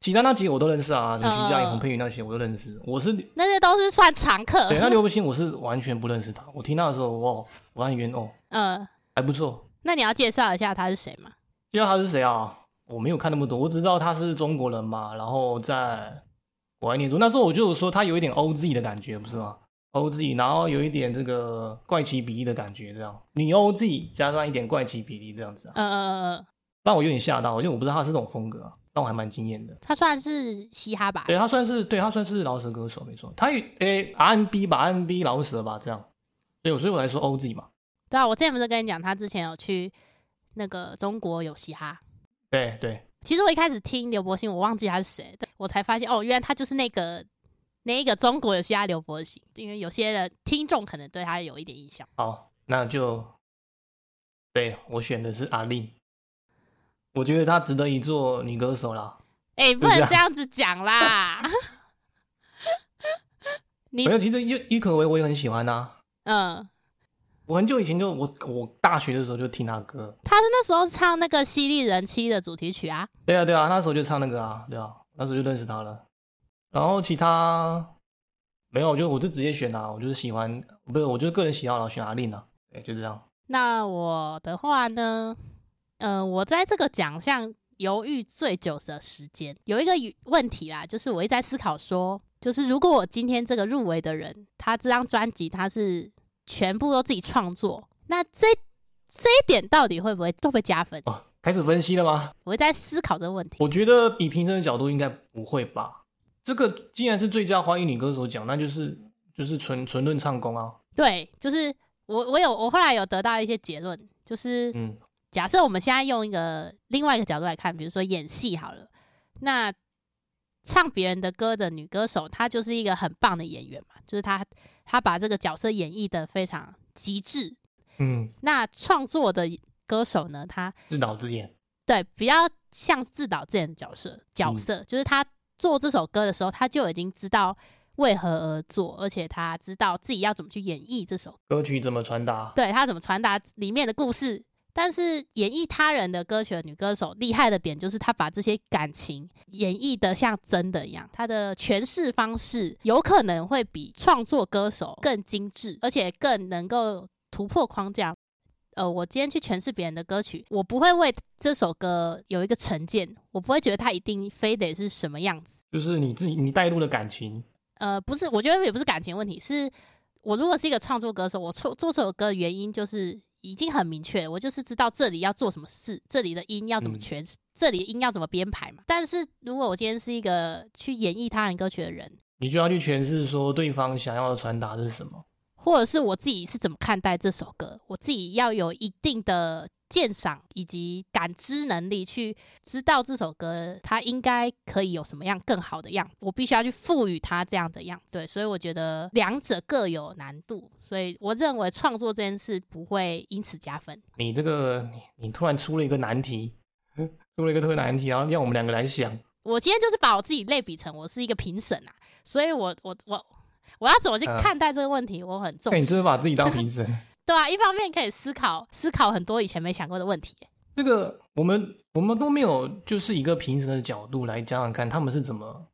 S1: 其他那几个我都认识啊，什么徐佳莹、
S2: 嗯
S1: 洪佩瑜那些我都认识。我是对，
S2: 那些都是算常客。
S1: 那刘柏辛我是完全不认识他，我听到的时候，哇，我按冤哦，
S2: 嗯，
S1: 还不错。
S2: 那你要介绍一下他是谁吗？
S1: 知道他是谁啊？我没有看那么多，我只知道他是中国人嘛，然后在国外念书。那时候我就有说他有一点 OZ 的感觉，不是吗？OZ，然后有一点这个怪奇比例的感觉，这样女 OZ 加上一点怪奇比例这样子啊。
S2: 嗯嗯嗯嗯，
S1: 让我有点吓到，因为我不知道他是这种风格，但我还蛮惊艳的。
S2: 他算是嘻哈吧？
S1: 对他啊算是对他算是饶舌歌手没错，他也诶 RMB 吧，RMB 饶舌吧这样。对，所以我来说 OZ 嘛。
S2: 对啊，我之前不是跟你讲，他之前有去那个中国有嘻哈。
S1: 对对，
S2: 其实我一开始听刘柏辛，我忘记他是谁，但我才发现哦，原来他就是那个那一个中国有嘻哈刘柏辛。因为有些人听众可能对他有一点印象。
S1: 好，那就对我选的是阿令，我觉得她值得一做女歌手啦。
S2: 哎、不
S1: 啊
S2: 能这样子讲啦。 你
S1: 没有，其实郁郁可唯我也很喜欢啊。
S2: 嗯，
S1: 我很久以前就我我大学的时候就听她歌，
S2: 他是那时候唱那个《犀利人妻》的主题曲啊。
S1: 对啊对啊，那时候就唱那个啊，对啊，那时候就认识她了。然后其他没有，就我就直接选啊，我就是喜欢，不是，我就是个人喜好啦，选阿令啊，对，就这样。
S2: 那我的话呢，呃，我在这个奖项犹豫最久的时间，有一个疑问题啦，就是我一直在思考说，就是如果我今天这个入围的人，他这张专辑他是全部都自己创作，那这这一点到底会不会会不会加分？
S1: 哦，开始分析了吗？
S2: 我会在思考这个问题。
S1: 我觉得以评审的角度应该不会吧。这个既然是最佳华语女歌手奖，那就是就是纯纯论唱功啊。
S2: 对，就是我我有我后来有得到一些结论，就是
S1: 嗯，
S2: 假设我们现在用一个另外一个角度来看，比如说演戏好了，那唱别人的歌的女歌手，她就是一个很棒的演员嘛，就是她她把这个角色演绎的非常极致。
S1: 嗯，
S2: 那创作的歌手呢，她
S1: 自导自演。
S2: 对比较像自导自演的角色角色，就是她做这首歌的时候，她就已经知道为何而做，而且她知道自己要怎么去演绎这首
S1: 歌曲怎么传达？
S2: 对她怎么传达里面的故事。但是演绎他人的歌曲的女歌手厉害的点，就是她把这些感情演绎的像真的一样，她的诠释方式有可能会比创作歌手更精致，而且更能够突破框架。呃，我今天去诠释别人的歌曲，我不会为这首歌有一个成见，我不会觉得它一定非得是什么样子。
S1: 就是你自己你带入的感情。
S2: 呃，不是，我觉得也不是感情问题，是我如果是一个创作歌手，我做做这首歌的原因就是已经很明确，我就是知道这里要做什么事，这里的音要怎么
S1: 嗯
S2: 诠释，这里的音要怎么编排嘛。但是如果我今天是一个去演绎他人歌曲的人，
S1: 你就要去诠释说对方想要的传达是什么。
S2: 或者是我自己是怎么看待这首歌，我自己要有一定的鉴赏以及感知能力，去知道这首歌它应该可以有什么样更好的样，我必须要去赋予它这样的样。对，所以我觉得两者各有难度，所以我认为创作这件事不会因此加分。
S1: 你这个你你突然出了一个难题， 出了一个特别难题，然后让我们两个来想。
S2: 我今天就是把我自己类比成我是一个评审啊，所以我我我我要怎么去
S1: 嗯哎
S2: 看待这个问题，我很重
S1: 那你真
S2: 视
S1: 的。把自己当评审？
S2: 对啊，一方面可以思考思考很多以前没想过的问题、
S1: 这个我们我们都没有，就是一个评审的角度来讲讲看，他们是怎么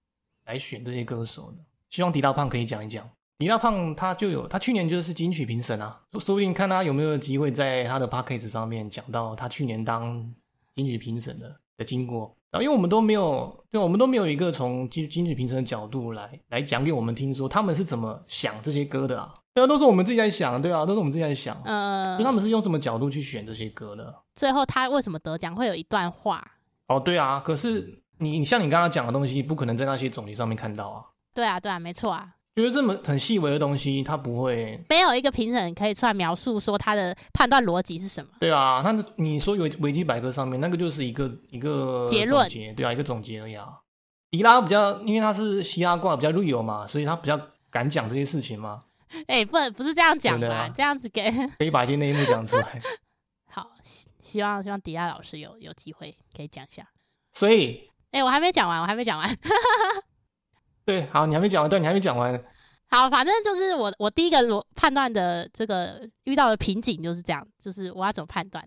S1: 来选这些歌手的。希望迪大胖可以讲一讲。迪大胖他就有，他去年就是金曲评审啊，说说不定看他有没有机会在他的 p a c k a g e 上面讲到他去年当金曲评审的的经过。然后因为我们都没有，对，我们都没有一个从金金曲评审的角度来来讲给我们听，说他们是怎么想这些歌的啊？对啊，都是我们自己在想，对啊，都是我们自己在想，就、
S2: 呃，
S1: 他们是用什么角度去选这些歌的。啊
S2: 最后他为什么得奖会有一段话。
S1: 哦，对啊，可是你你像你刚刚讲的东西，不可能在那些总结上面看到啊。
S2: 对啊，对啊，没错啊。
S1: 觉得这么很细微的东西，他不会。
S2: 没有一个评审可以出来描述说他的判断逻辑是什么。
S1: 对啊，那你说维维基百科上面那个就是一个一个
S2: 结论
S1: 总结对啊，一个总结而已啊。迪拉比较，因为他是西拉挂比较 real 嘛，所以他比较敢讲这些事情嘛，
S2: 哎、不能不是这样讲
S1: 真的
S2: 吧？
S1: 啊
S2: 这样子给
S1: 可以把一些内幕讲出来。
S2: 好，希希望希望迪亚老师有有机会可以讲一下。
S1: 所以，
S2: 哎、我还没讲完，我还没讲完。
S1: 对，好，你还没讲完，对，你还没讲完。
S2: 好，反正就是我我第一个逻判断的这个遇到的瓶颈就是这样，就是我要怎么判断。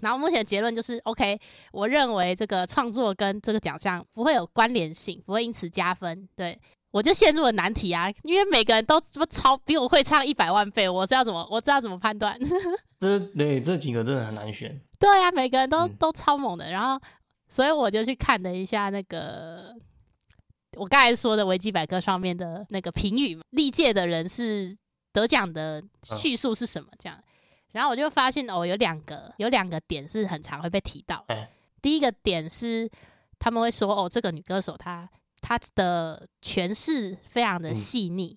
S2: 然后目前的结论就是，OK，我认为这个创作跟这个奖项不会有关联性，不会因此加分。对我就陷入了难题啊，因为每个人都怎么超比我会唱一百万倍，我知道怎么我知道怎么判断。
S1: 这对这几个真的很难选。
S2: 对啊，每个人都、
S1: 嗯
S2: 都超猛的。然后，所以我就去看了一下那个我刚才说的维基百科上面的那个评语嘛，历届的人是得奖的
S1: 嗯
S2: 叙述是什么这样。然后我就发现哦，有两个有两个点是很常会被提到。
S1: 哎
S2: 第一个点是他们会说哦，这个女歌手她她的诠释非常的
S1: 嗯
S2: 细腻，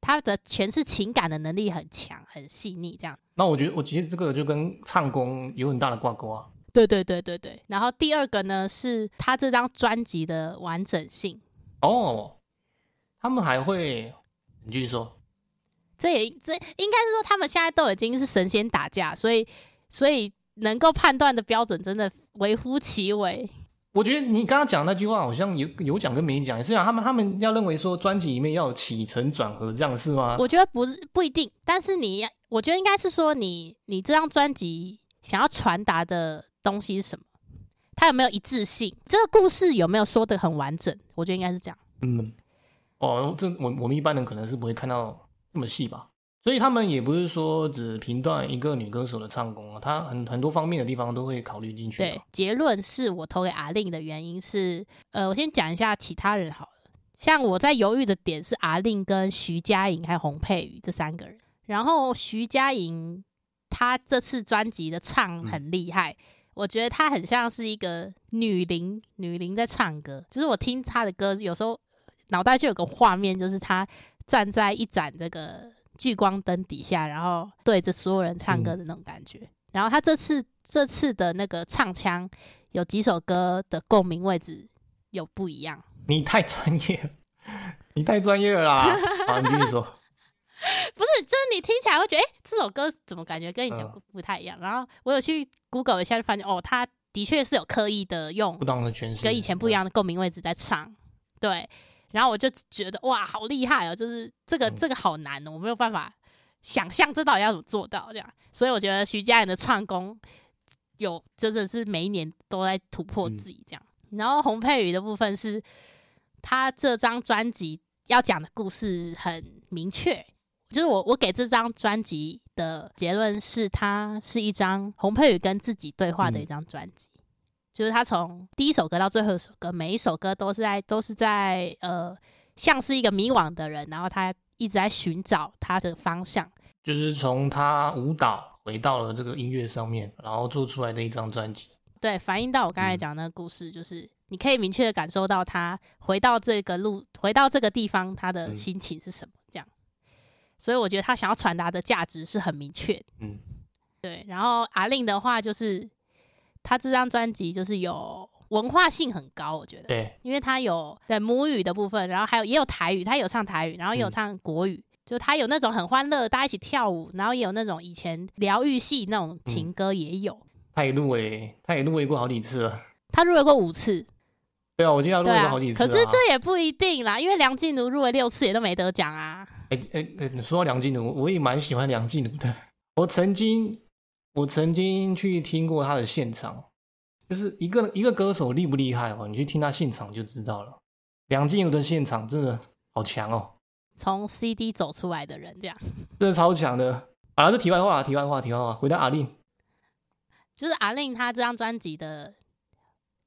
S2: 她的诠释情感的能力很强，很细腻这样。
S1: 那我觉得，我其实这个就跟唱功有很大的挂钩啊。
S2: 对对对对对。然后第二个呢是他这张专辑的完整性，
S1: 哦，他们还会，你继续说。
S2: 这也这应该是说他们现在都已经是神仙打架，所以所以能够判断的标准真的微乎其微。
S1: 我觉得你刚刚讲的那句话好像有有讲跟没讲也是啊，他们他们要认为说专辑里面要有起承转合，这样是吗？
S2: 我觉得不是不一定，但是你我觉得应该是说你你这张专辑想要传达的东西是什么，它有没有一致性，这个故事有没有说的很完整，我觉得应该是这样。
S1: 嗯，哦，这我我们一般人可能是不会看到这么细吧，所以他们也不是说只评断一个女歌手的唱功啊，她很很多方面的地方都会考虑进去
S2: 对
S1: 啊。，
S2: 结论是我投给阿令的原因是，呃，我先讲一下其他人好了。像我在犹豫的点是阿令跟徐佳莹还有洪佩瑜这三个人。然后徐佳莹她这次专辑的唱很厉害，我觉得她很像是一个女伶，女伶在唱歌。就是我听她的歌，有时候脑袋就有个画面，就是她站在一盏这个聚光灯底下，然后对着所有人唱歌的那种感觉。然后她这次这次的那个唱腔，有几首歌的共鸣位置有不一样。
S1: 你太专业了， 你太专业了 啦！好，你继续说。
S2: 不是，就是你听起来会觉得，哎、这首歌怎么感觉跟以前
S1: 嗯
S2: 不不太一样？然后我有去 Google 一下，就发现哦，他的确是有刻意的用
S1: 不当的诠释
S2: 跟以前不一。样的共鸣位置在唱，对。然后我就觉得哇，好厉害哦！就是这个
S1: 嗯
S2: 这个好难哦，我没有办法想象这到底要怎么做到这样。所以我觉得徐佳莹的唱功有真的是每一年都在突破自己这样。然后洪佩瑜的部分是，他这张专辑要讲的故事很明确，就是我我给这张专辑的结论是，它是一张洪佩瑜跟自己对话的一张专辑，就是他从第一首歌到最后一首歌，每一首歌都是在都是在呃，像是一个迷惘的人，然后他一直在寻找他的方向。
S1: 就是从他舞蹈回到了这个音乐上面，然后做出来的一张专辑。
S2: 对，反映到我刚才
S1: 嗯
S2: 讲的那个故事，就是你可以明确的感受到他回到这个路，回到这个地方，他的
S1: 嗯
S2: 心情是什么，这样。所以我觉得他想要传达的价值是很明确的。
S1: 嗯，
S2: 对。然后阿令的话，就是他这张专辑就是有文化性很高，我觉得。
S1: 对，
S2: 因为他有对母语的部分，然后还有也有台语，他有唱台语，然后也有
S1: 嗯
S2: 唱国语，就他有那种很欢乐，大家一起跳舞，然后也有那种以前疗愈系那种
S1: 嗯
S2: 情歌也有。
S1: 他也入围，他也入围过好几次了。
S2: 他入围过五次，
S1: 对啊，我记得他入
S2: 对
S1: 围
S2: 啊
S1: 过好几，次、
S2: 可
S1: 啊。
S2: 是这也不一定啦，因为梁静茹入围六次也都没得奖啊。
S1: 哎哎哎，你说到梁静茹，我也蛮喜欢梁静茹的。我曾经，我曾经去听过她的现场，就是一个一个歌手厉不厉害哦，你去听她现场就知道了。梁静茹的现场真的好强哦，
S2: 从 CD 走出来的人，这样
S1: 真的超强的。好了，这题外话，啊题外话，题外话，回到阿令，
S2: 就是阿令他这张专辑的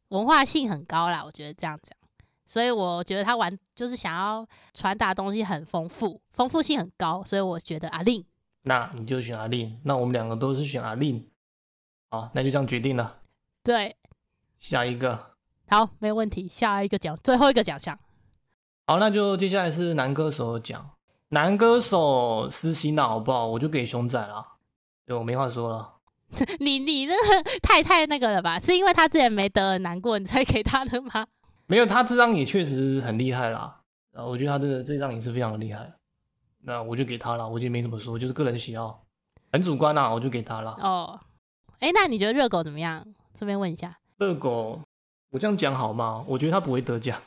S2: 文化性很高啦，我觉得这样讲，所以我觉得他玩就是想要传达的东西很丰富，丰富性很高，所以我觉得阿令
S1: 那你就选阿令，那我们两个都是选阿令，好，那就这样决定了。
S2: 对，
S1: 下一个，
S2: 好，没问题。下一个奖，最后一个奖项，
S1: 好，那就接下来是男歌手奖，男歌手私心啦，好不好？我就给熊仔啦，对我没话说了。
S2: 你你那个太太那个了吧？是因为他之前没得而难过，你才给他的吗？
S1: 没有他这张也确实很厉害啦，啊，我觉得他这个这张也是非常的厉害，那我就给他啦，我觉得没怎么说，就是个人喜好，很主观啦，我就给他啦。
S2: 哦，哎，那你觉得热狗怎么样？顺便问一下，
S1: 热狗，我这样讲好吗？我觉得他不会得奖。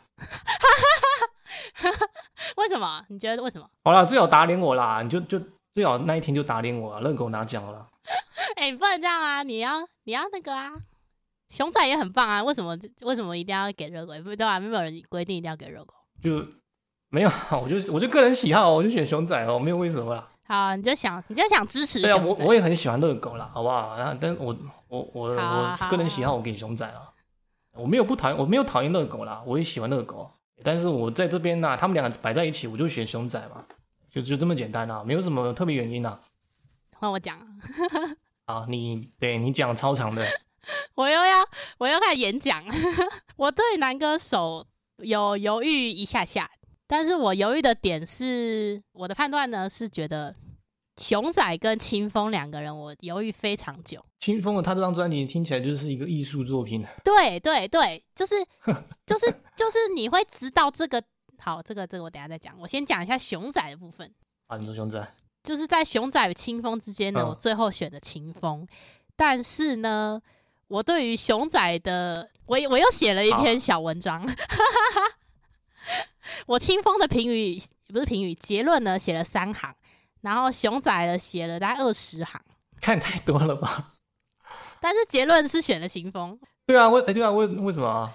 S2: 为什么？你觉得为什么？
S1: 好啦，最好打脸我啦，你就就最好那一天就打脸我啊，热狗拿奖了啦。
S2: 哎、你不能这样啊！你要你要那个啊，熊仔也很棒啊。为什么为什么一定要给热狗？不对啊，没有人规定一定要给热狗。
S1: 就没有，我就我就个人喜好，我就选熊仔哦，没有为什么啦。
S2: 好，你就想你就想支持
S1: 对啊，
S2: 熊
S1: 我
S2: 仔。
S1: 我也很喜欢热狗啦，好不好？那但我我我
S2: 好啊
S1: 我个人喜好，我给熊仔啦。我没有不讨厌，我没有讨厌热狗啦，我也喜欢热狗。但是我在这边呢、他们两个摆在一起，我就选熊仔嘛，就就这么简单啦、没有什么特别原因啦、
S2: 换我讲啊，
S1: 啊。你对你讲超长的，
S2: 我又要我又开始演讲。 我对男歌手有犹豫一下下，但是我犹豫的点是，我的判断呢是觉得熊仔跟清风两个人，我犹豫非常久。
S1: 清风的他这张专辑听起来就是一个艺术作品，
S2: 对对对，就是就是就是你会知道这个。好，这个这个我等一下再讲，我先讲一下熊仔的部分。
S1: 啊，你说熊仔，
S2: 就是在熊仔与清风之间呢，
S1: 嗯
S2: 我最后选的清风，但是呢，我对于熊仔的，我我又写了一篇小文章， 我清风的评语不是评语结论呢，写了三行，然后熊仔的写了大概二十行，
S1: 看太多了吧？
S2: 但是结论是选了清风。
S1: 对啊，为哎对啊，为为什么啊？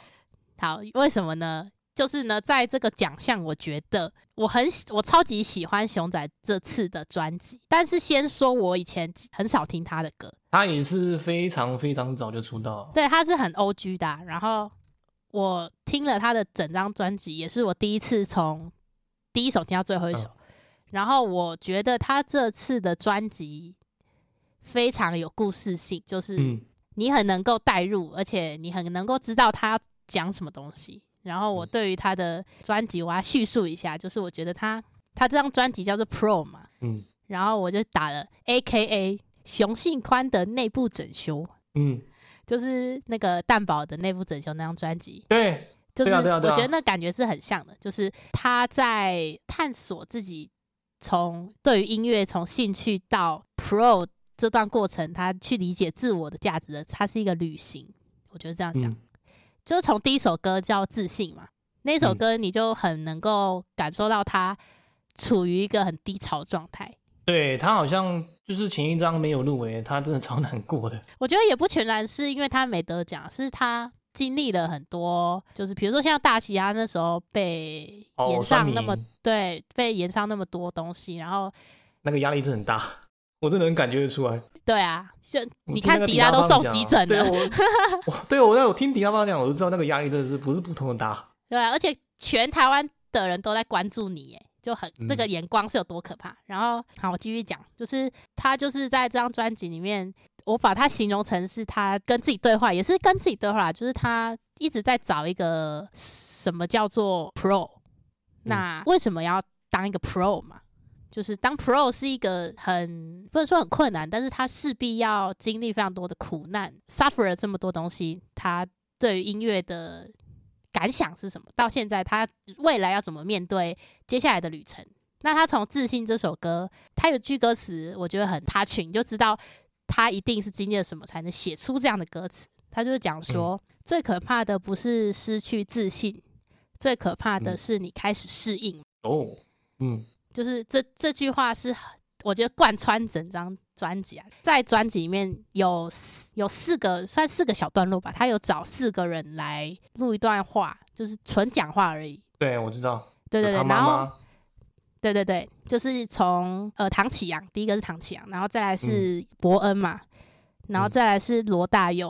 S2: 好，为什么呢？就是呢，在这个奖项，我觉得我很喜我超级喜欢熊仔这次的专辑，但是先说我以前很少听他的歌，
S1: 他也是非常非常早就出道，
S2: 对，他是很 O G 的啊、然后我听了他的整张专辑，也是我第一次从第一首听到最后一首。然后我觉得他这次的专辑非常有故事性，就是
S1: 嗯，
S2: 你很能够代入，而且你很能够知道他讲什么东西。然后我
S1: 嗯
S2: 对于他的专辑，我要叙述一下，就是我觉得他他这张专辑叫做 Pro 嘛，
S1: 嗯
S2: 然后我就打了 A K A 雄性宽的内部整修。
S1: 嗯，
S2: 就是那个蛋堡的内部整修那张专辑，
S1: 对，
S2: 就是
S1: 对
S2: 我
S1: 啊对啊对啊
S2: 觉得那感觉是很像的，就是他在探索自己从对于音乐从兴趣到 pro 这段过程，他去理解自我的价值的，它是一个旅行，我觉得这样讲，
S1: 嗯
S2: 就是从第一首歌叫《自信》嘛，那
S1: 嗯
S2: 首歌你就很能够感受到他处于一个很低潮状态。
S1: 对他好像就是前一张没有入围，他真的超难过的。
S2: 我觉得也不全然是因为他没得奖，是他经历了很多，就是比如说像大齐他那时候被
S1: 哦
S2: 延
S1: 酸
S2: 上那么、
S1: 民
S2: 对，被延上那么多东西，然后
S1: 那个压力真的很大，我真的能感觉得出来。
S2: 对啊，就
S1: 我
S2: 你
S1: 听那
S2: 看
S1: 个
S2: 迪
S1: 迪
S2: 拉
S1: 拉
S2: 都
S1: 邦
S2: 送
S1: 讲
S2: 急
S1: 啊
S2: 诊
S1: 对啊
S2: 了，
S1: 我我对我在我听迪拉邦讲，我就知道那个压力真的是不是普通的大。
S2: 对啊，而且全台湾的人都在关注你，耶，就很
S1: 嗯
S2: 这个眼光是有多可怕。然后好，我继续讲，就是他就是在这张专辑里面，我把他形容成是他跟自己对话，也是跟自己对话，就是他一直在找一个什么叫做 pro，那为什么要当一个 pro 嘛？就是当 pro 是一个很不能说很困难，但是他势必要经历非常多的苦难，suffer 了这么多东西，他对于音乐的感想是什么？到现在他未来要怎么面对接下来的旅程？那他从《自信》这首歌，他有句歌词，我觉得很 touching，你就知道他一定是经历了什么才能写出这样的歌词。他就是讲说，最可怕的不是失去自信，最可怕的
S1: 嗯
S2: 是你开始适应。
S1: 哦，嗯，
S2: 就是这这句话是很我觉得贯穿整张专辑啊，在专辑里面有四有四个算四个小段落吧，他有找四个人来录一段话，就是纯讲话而已。
S1: 对，我知道。
S2: 对对
S1: 有
S2: 对，
S1: 他妈
S2: 然后
S1: 妈，
S2: 对对对，就是从呃唐启阳，第一个是唐启阳，然后再来是伯恩嘛，然后
S1: 嗯
S2: 再来是罗大佑，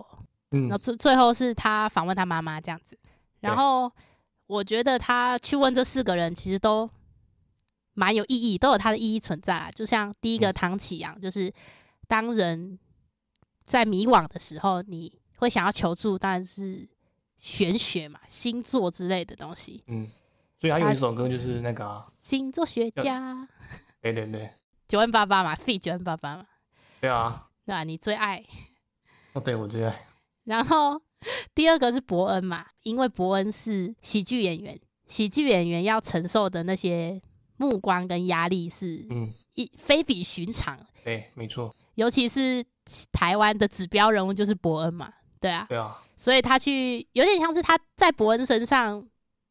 S2: 然后
S1: 嗯，
S2: 最最后是他访问他妈妈这样子。然
S1: 对
S2: 后我觉得他去问这四个人，其实都蛮有意义，都有它的意义存在啦。就像第一个
S1: 嗯
S2: 唐启阳，就是当人在迷惘的时候，你会想要求助，当然是玄学嘛、星座之类的东西。
S1: 嗯，所以他有一首歌就是那个、啊，
S2: 星座学家
S1: 对对对，
S2: 九万八八嘛，F 九万八八嘛，
S1: 对啊，
S2: 对吧？你最爱。
S1: 哦对我最爱，
S2: 然后第二个是伯恩嘛，因为伯恩是喜剧演员，喜剧演员要承受的那些目光跟压力是
S1: 嗯，
S2: 一非比寻常，
S1: 对，没错，
S2: 尤其是台湾的指标人物就是伯恩嘛，对啊，
S1: 对啊，
S2: 所以他去有点像是他在伯恩身上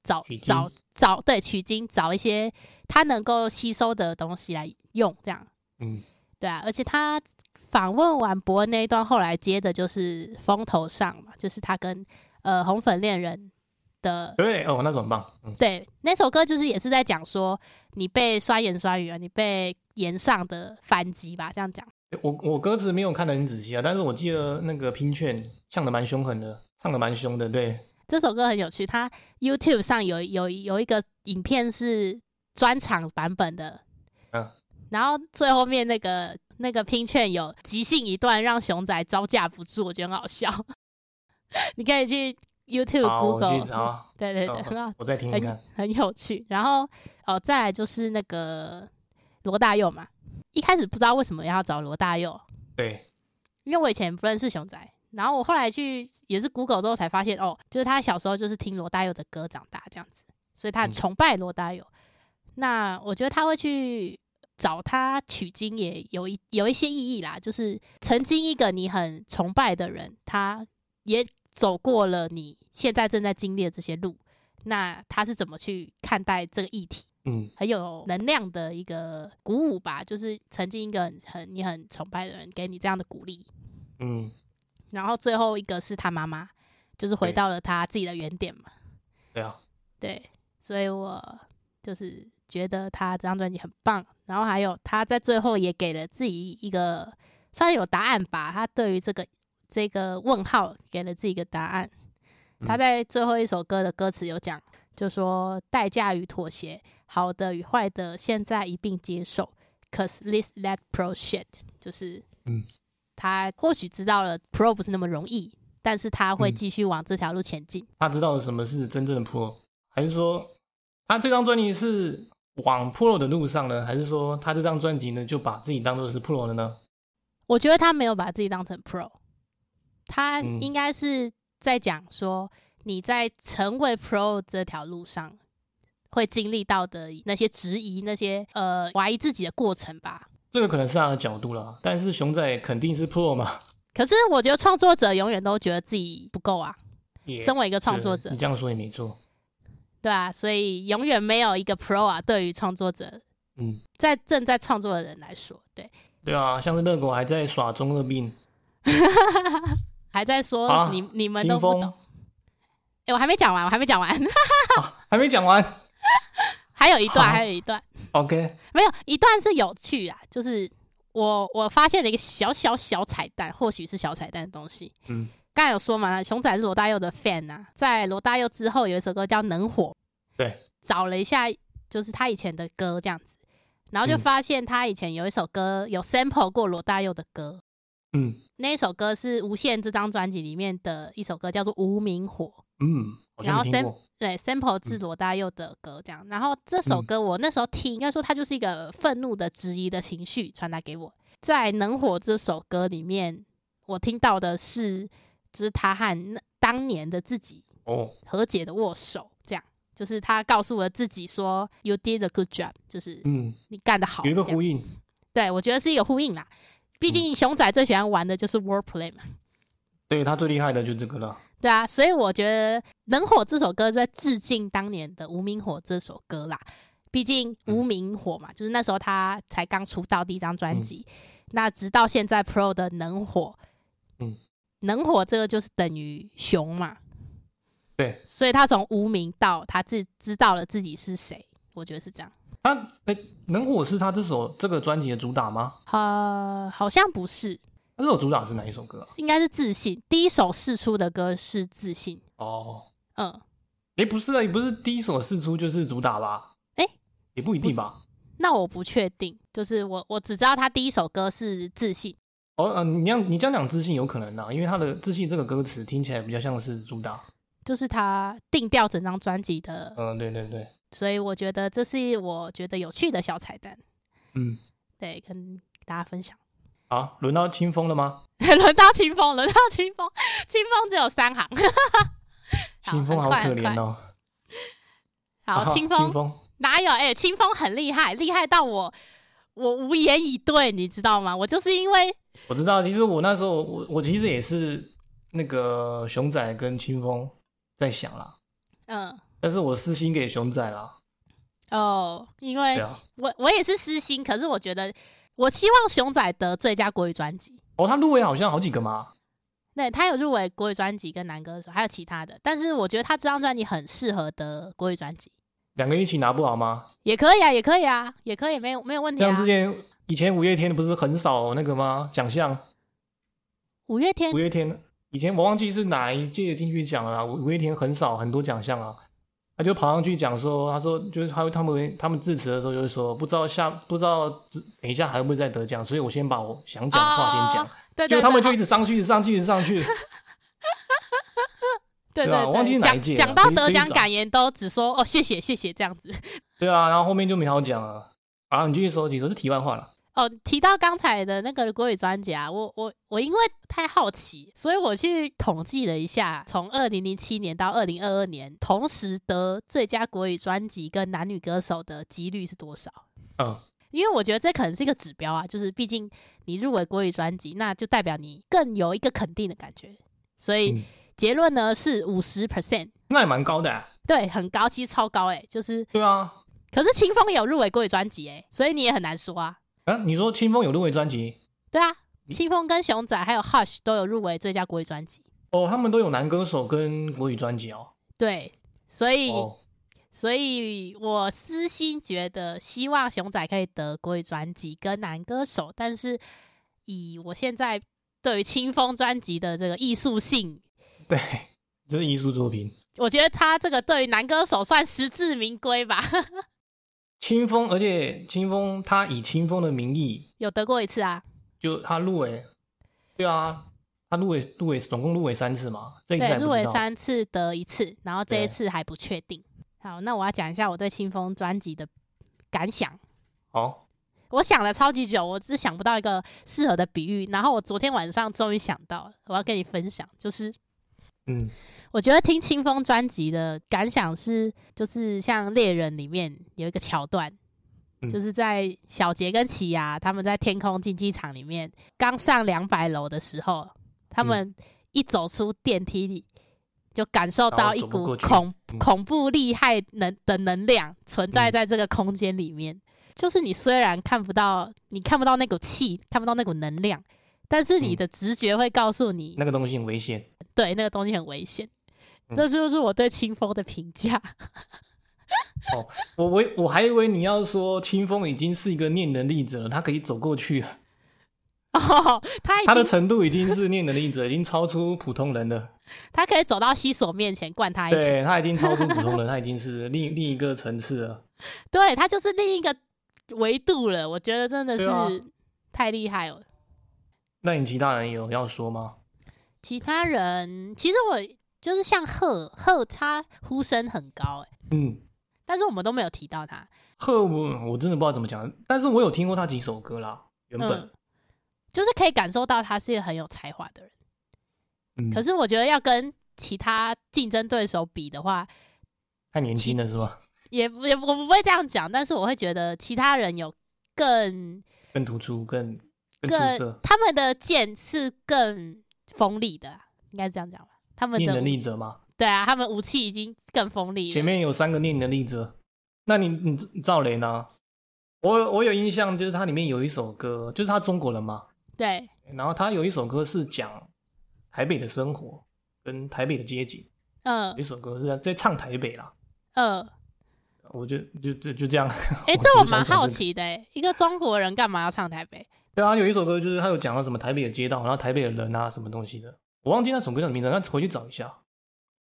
S2: 找
S1: 取经
S2: 找找对取经，找一些他能够吸收的东西来用，这样
S1: 嗯，
S2: 对啊。而且他访问完伯恩那一段，后来接的就是风头上嘛，就是他跟呃红粉恋人的
S1: 对哦，那首很棒，嗯，
S2: 对那首歌，就是也是在讲说你被酸言酸语啊，你被言上的反击吧，这样讲。
S1: 我我歌词没有看得很仔细啊，但是我记得那个拼券唱的蛮凶狠的，唱的蛮凶的，对，
S2: 这首歌很有趣，它 YouTube 上有有有一个影片是专场版本的，
S1: 嗯，
S2: 然后最后面那个那个拼券有即兴一段，让熊仔招架不住，我觉得很好笑。 你可以去 YouTube
S1: 好，我
S2: Google，哎
S1: 去找，
S2: 对对对，
S1: 嗯
S2: 很好，
S1: 我再听一
S2: 很
S1: 看，
S2: 很有趣。然后哦，再来就是那个罗大佑嘛，一开始不知道为什么要找罗大佑，
S1: 对，
S2: 因为我以前不认识熊仔，然后我后来去也是 Google 之后才发现，哦，就是他小时候就是听罗大佑的歌长大这样子，所以他很
S1: 嗯
S2: 崇拜罗大佑。那我觉得他会去找他取经，也有一有一些意义啦，就是曾经一个你很崇拜的人，他也走过了你现在正在经历的这些路，那他是怎么去看待这个议题？
S1: 嗯，
S2: 很有能量的一个鼓舞吧，就是曾经一个很很你很崇拜的人给你这样的鼓励，
S1: 嗯，
S2: 然后最后一个是他妈妈，就是回
S1: 对
S2: 到了他自己的原点嘛。
S1: 对啊，
S2: 对，所以我就是觉得他这张专辑很棒。然后还有他在最后也给了自己一个算有答案吧，他对于这个这个问号给了自己一个答案。他
S1: 嗯
S2: 在最后一首歌的歌词有讲，就说代价与妥协，好的与坏的，现在一并接受。Cause this that pro shit，就是
S1: 嗯，
S2: 他或许知道了 pro 不是那么容易，但是他会
S1: 嗯
S2: 继续往这条路前进。
S1: 他知道什么是真正的 pro，还是说他这张专辑是往 pro 的路上呢？还是说他这张专辑呢就把自己当做是 pro 了呢？
S2: 我觉得他没有把自己当成 pro，他
S1: 嗯
S2: 应该是在讲说你在成为 pro 这条路上会经历到的那些质疑、那些呃怀疑自己的过程吧。
S1: 这个可能是他的角度啦，但是熊仔肯定是 pro 嘛。
S2: 可是我觉得创作者永远都觉得自己不够啊，
S1: 也
S2: 身为一个创
S1: 是
S2: 作者
S1: 你，这样说也没错。
S2: 对啊，所以永远没有一个 pro 啊，对于创作者
S1: 嗯，
S2: 在正在创作的人来说，对，
S1: 对啊，像是热狗还在耍中二病，
S2: 还在说、
S1: 啊
S2: 你你们都
S1: 金
S2: 不
S1: 风
S2: 懂。哎、我还没讲完，我还没讲完，
S1: 还没讲完。
S2: 还有一段，
S1: 好
S2: 还有一段。
S1: OK，
S2: 没有一段是有趣啊，就是我我发现了一个小小小彩蛋，或许是小彩蛋的东西。
S1: 嗯，
S2: 刚才有说嘛，熊仔是罗大佑的 fan 啊，在罗大佑之后有一首歌叫《能火》，
S1: 对，
S2: 找了一下就是他以前的歌这样子，然后就
S1: 嗯
S2: 发现他以前有一首歌有 sample 过罗大佑的歌，
S1: 嗯
S2: 那一首歌是《无限》这张专辑里面的一首歌，叫做《无名火》。
S1: 嗯，好
S2: 然
S1: 像
S2: 后
S1: 没听
S2: sam
S1: 过。
S2: 对
S1: 嗯
S2: sample 自罗大佑的歌这样，然后这首歌我那时候听，应该说它就是一个愤怒的质疑的情绪传达给我。在《能火》这首歌里面，我听到的是，就是他和那当年的自己
S1: 哦，
S2: 和解的握手，这样，就是他告诉我自己说，You did a good job，就是
S1: 嗯，
S2: 你干得好。
S1: 有一个
S2: 这样
S1: 呼应。嗯
S2: 对我觉得是一个呼应啦。毕竟熊仔最喜欢玩的就是 wordplay 嘛。
S1: 对他最厉害的就这个了。
S2: 对啊，所以我觉得《能火》这首歌就在致敬当年的《无名火》这首歌啦。毕竟《无名火》
S1: 嗯
S2: 嘛，就是那时候他才刚出道第一张专辑，那直到现在 Pro 的《能火》，
S1: 嗯，
S2: 能火这个就是等于熊嘛，
S1: 对
S2: 所以他从无名到他自知道了自己是谁，我觉得是这样。
S1: 他，哎、能火是他这首这个专辑的主打吗？
S2: 呃，好像不是，
S1: 他这首主打是哪一首歌啊、
S2: 应该是自信。第一首试出的歌是自信，
S1: 哦，
S2: 嗯，
S1: 哎、不是啊，你不是第一首试出就是主打吧？
S2: 诶
S1: 也不一定吧。
S2: 那我不确定，就是我我只知道他第一首歌是自信。
S1: 呃哦，嗯、你这样你这样讲自信有可能啊，因为他的自信这个歌词听起来比较像是主打。
S2: 就是他定调整张专辑的，
S1: 嗯，对对对，
S2: 所以我觉得这是我觉得有趣的小彩蛋，
S1: 嗯，
S2: 对，跟大家分享。
S1: 好，轮到清风了吗？
S2: 轮到清风，轮到清风，清风只有三行。好
S1: 清风好
S2: 很快
S1: 可
S2: 很
S1: 怜哦。
S2: 好，清
S1: 风， 清
S2: 风
S1: 风，
S2: 哪有？哎、清风很厉害，厉害到我我无言以对，你知道吗？我就是因为
S1: 我知道，其实我那时候我我其实也是那个熊仔跟清风在想啦，
S2: 嗯
S1: 但是我私心给熊仔啦，
S2: 哦，因
S1: 对
S2: 为
S1: 啊，
S2: 我我也是私心，可是我觉得我希望熊仔得最佳国语专辑。
S1: 哦，他入围好像好几个嘛，
S2: 对他有入围国语专辑跟男歌手，还有其他的，但是我觉得他这张专辑很适合得国语专辑，
S1: 两个一起拿不好吗？
S2: 也可以啊，也可以啊，也可以，没有没有问题啊
S1: 像。之前以前五月天不是很少那个吗？奖项，
S2: 五月天
S1: 五月天以前我忘记是哪一届金曲奖了啦，五五月天很少很多奖项啊。他就跑上去讲说，他说就是他会他们会他们致辞的时候就会说，不知道下不知道之等一下还会不会再得奖，所以我先把我想讲的话先讲。
S2: 哦对
S1: 结果
S2: 对对，
S1: 他们就
S2: 好
S1: 一直上去，一直上去，一直上 去。
S2: 对
S1: 对啊我忘记是哪一
S2: 讲
S1: 届了
S2: 讲到
S1: 可以
S2: 得
S1: 可以
S2: 奖
S1: 找
S2: 感言都只说哦谢谢谢谢这样子。
S1: 对啊，然后后面就没好讲了。啊，你继续说，你说是题外话了。
S2: 哦，提到刚才的那个国语专辑啊，我我我因为太好奇，所以我去统计了一下，从二零零七年到二零二二年，同时得最佳国语专辑跟男女歌手的几率是多少？
S1: 嗯，
S2: 因为我觉得这可能是一个指标啊，就是毕竟你入围国语专辑，那就代表你更有一个肯定的感觉。所以
S1: 嗯
S2: 结论呢是五十 percent，
S1: 那也蛮高的、啊
S2: 对，很高，其实超高哎、就是
S1: 对啊，
S2: 可是清风也有入围国语专辑哎，所以你也很难说啊。
S1: 啊，你说清风有入围专辑
S2: 对啊，
S1: 你
S2: 清风跟熊仔还有 Hush 都有入围最佳国语专辑。
S1: 哦，他们都有男歌手跟国语专辑哦。
S2: 对，所以、
S1: 哦，
S2: 所以我私心觉得，希望熊仔可以得国语专辑跟男歌手，但是以我现在对于清风专辑的这个艺术性，
S1: 对，这是艺术作品。
S2: 我觉得他这个对于男歌手算实至名归吧。
S1: 清风，而且清风他以清风的名义，
S2: 有得过一次啊，
S1: 就他入围，对啊，他入围入围总共入围三次嘛，这一次
S2: 对，
S1: 还不
S2: 入
S1: 知
S2: 围
S1: 道。
S2: 三次得一次，然后这一
S1: 对
S2: 次还不确定。好，那我要讲一下我对清风专辑的感想。
S1: 好，
S2: 我想了超级久，我只是想不到一个适合的比喻。然后我昨天晚上终于想到了，我要跟你分享，就是
S1: 嗯，
S2: 我觉得听清风专辑的感想是，就是像《猎人》里面有一个桥段，
S1: 嗯
S2: 就是在小杰跟奇亚他们在天空竞技场里面刚上两百楼的时候，
S1: 嗯
S2: 他们一走出电梯里，就感受
S1: 然
S2: 到
S1: 后
S2: 一
S1: 走不
S2: 股
S1: 过去
S2: 恐
S1: 嗯
S2: 恐怖厉害能的能量存在
S1: 嗯
S2: 在这个空间里面。就是你虽然看不到，你看不到那股气，看不到那股能量，但是你
S1: 嗯
S2: 的直觉会告诉你，
S1: 那个东西很危险。
S2: 对，那个东西很危险。
S1: 嗯
S2: 这就是我对清风的评价。
S1: 我我我还以为你要说清风已经是一个念能力者了，他可以走过去了，
S2: 哦，他已
S1: 他的
S2: 经
S1: 程度已经是念能力者，已经超出普通人 了。
S2: 他可以走到西索面前灌他一拳，
S1: 对他已经超出普通人，他已经是另另一个层次了。
S2: 对他就是另一个维度了。我觉得真的
S1: 对啊
S2: 是太厉害了。
S1: 那你其他人有要说吗？
S2: 其他人其实我就是像鹤鹤，他呼声很高、欸，
S1: 嗯，
S2: 但是我们都没有提到他。
S1: 赫我我真的不知道怎么讲，但是我有听过他几首歌啦，原本。
S2: 嗯，就是可以感受到他是一个很有才华的人。
S1: 嗯，
S2: 可是我觉得要跟其他竞争对手比的话，
S1: 太年轻了是吧？
S2: 也不也不我不会这样讲，但是我会觉得其他人有更
S1: 更突出，更更出
S2: 更
S1: 色，
S2: 他们的剑是更锋利的啊，应该是这样讲吧？他们
S1: 念
S2: 的
S1: 能力
S2: 武
S1: 者嘛。
S2: 对啊，他们武器已经更锋利了。
S1: 前面有三个念能力者，那你你你赵雷呢？我我有印象，就是他里面有一首歌，就是他中国人嘛，
S2: 对
S1: 然后他有一首歌是讲台北的生活跟台北的街景，
S2: 嗯
S1: 有一首歌是在在唱台北啦。
S2: 嗯，
S1: 我就就就就这样。
S2: 哎、
S1: 我
S2: 这我
S1: 只是想
S2: 蛮
S1: 讲
S2: 好
S1: 这个
S2: 奇的、欸，一个中国人干嘛要唱台北？
S1: 对啊，有一首歌就是他有讲到什么台北的街道，然后台北的人啊，什么东西的，我忘记那首歌的名字，那回去找一下。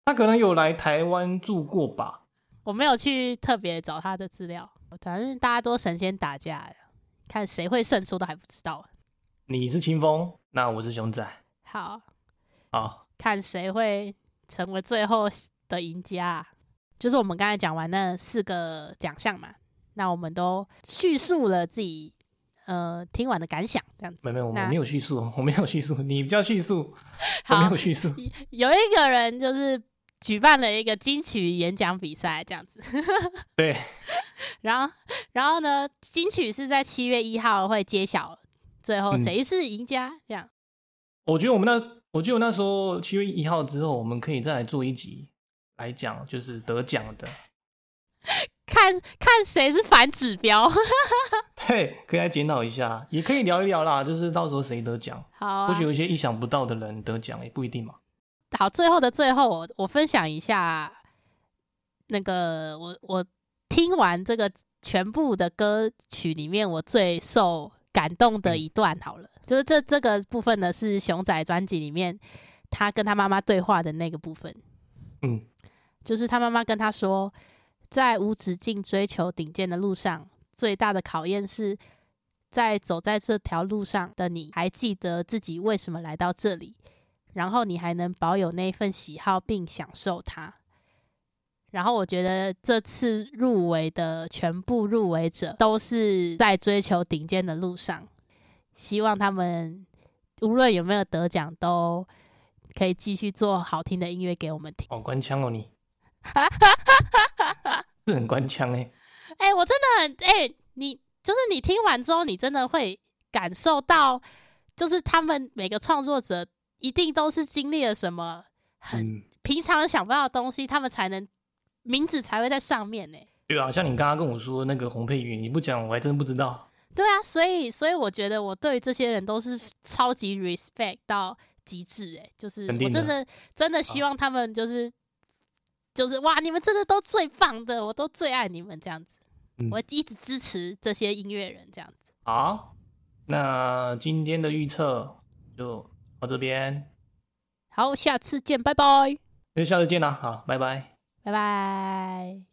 S1: 他可能有来台湾住过吧？
S2: 我没有去特别找他的资料，反正大家都神仙打架了，看谁会胜出都还不知道。
S1: 你是清风，那我是熊仔，
S2: 好
S1: 好，
S2: 看谁会成为最后的赢家啊、就是我们刚才讲完那四个奖项嘛，那我们都叙述了自己呃听完的感想，这样子。
S1: 没有没有，我
S2: 那
S1: 没有叙述，我没有叙述，你比较叙述，我没
S2: 好
S1: 有，叙述。
S2: 有一个人就是举办了一个金曲演讲比赛，这样子。
S1: 对，
S2: 然后，然后呢，金曲是在七月一号会揭晓，最后
S1: 嗯
S2: 谁是赢家？这样
S1: 我觉得我们那，我觉得那时候七月一号之后，我们可以再来做一集来讲，就是得奖的，
S2: 看看谁是反指标。
S1: 对，可以来检讨一下，也可以聊一聊啦，就是到时候谁得奖，
S2: 好、啊，
S1: 或许有一些意想不到的人得奖也不一定嘛。
S2: 好，最后的最后，我我分享一下那个我我听完这个全部的歌曲里面，我最受感动的
S1: 嗯
S2: 一段好了，就是这这个部分呢是熊仔专辑里面他跟他妈妈对话的那个部分，
S1: 嗯，
S2: 就是他妈妈跟他说，在无止境追求顶尖的路上，最大的考验是。在走在这条路上的你，还记得自己为什么来到这里？然后你还能保有那份喜好并享受它。然后我觉得这次入围的全部入围者都是在追求顶尖的路上，希望他们无论有没有得奖，都可以继续做好听的音乐给我们听。
S1: 哦，官腔哦你，是很官腔哎、
S2: 哎、我真的很哎、你就是你听完之后，你真的会感受到，就是他们每个创作者一定都是经历了什么很
S1: 嗯，
S2: 平常想不到的东西，他们才能名字才会在上面呢。
S1: 对啊，像你刚刚跟我说那个洪佩瑜，你不讲我还真不知道。
S2: 对啊，所以所以我觉得我对这些人都是超级 respect 到极致哎，就是
S1: 肯
S2: 我
S1: 定
S2: 真
S1: 的
S2: 的真的希望他们就是、就是哇，你们真的都最棒的，我都最爱你们这样
S1: 嗯
S2: 子，我一直支持这些音乐人这样子。
S1: 好，那今天的预测就到这边，
S2: 好，下次见，拜拜，
S1: 那就下次见啦，好，拜拜。
S2: 拜拜。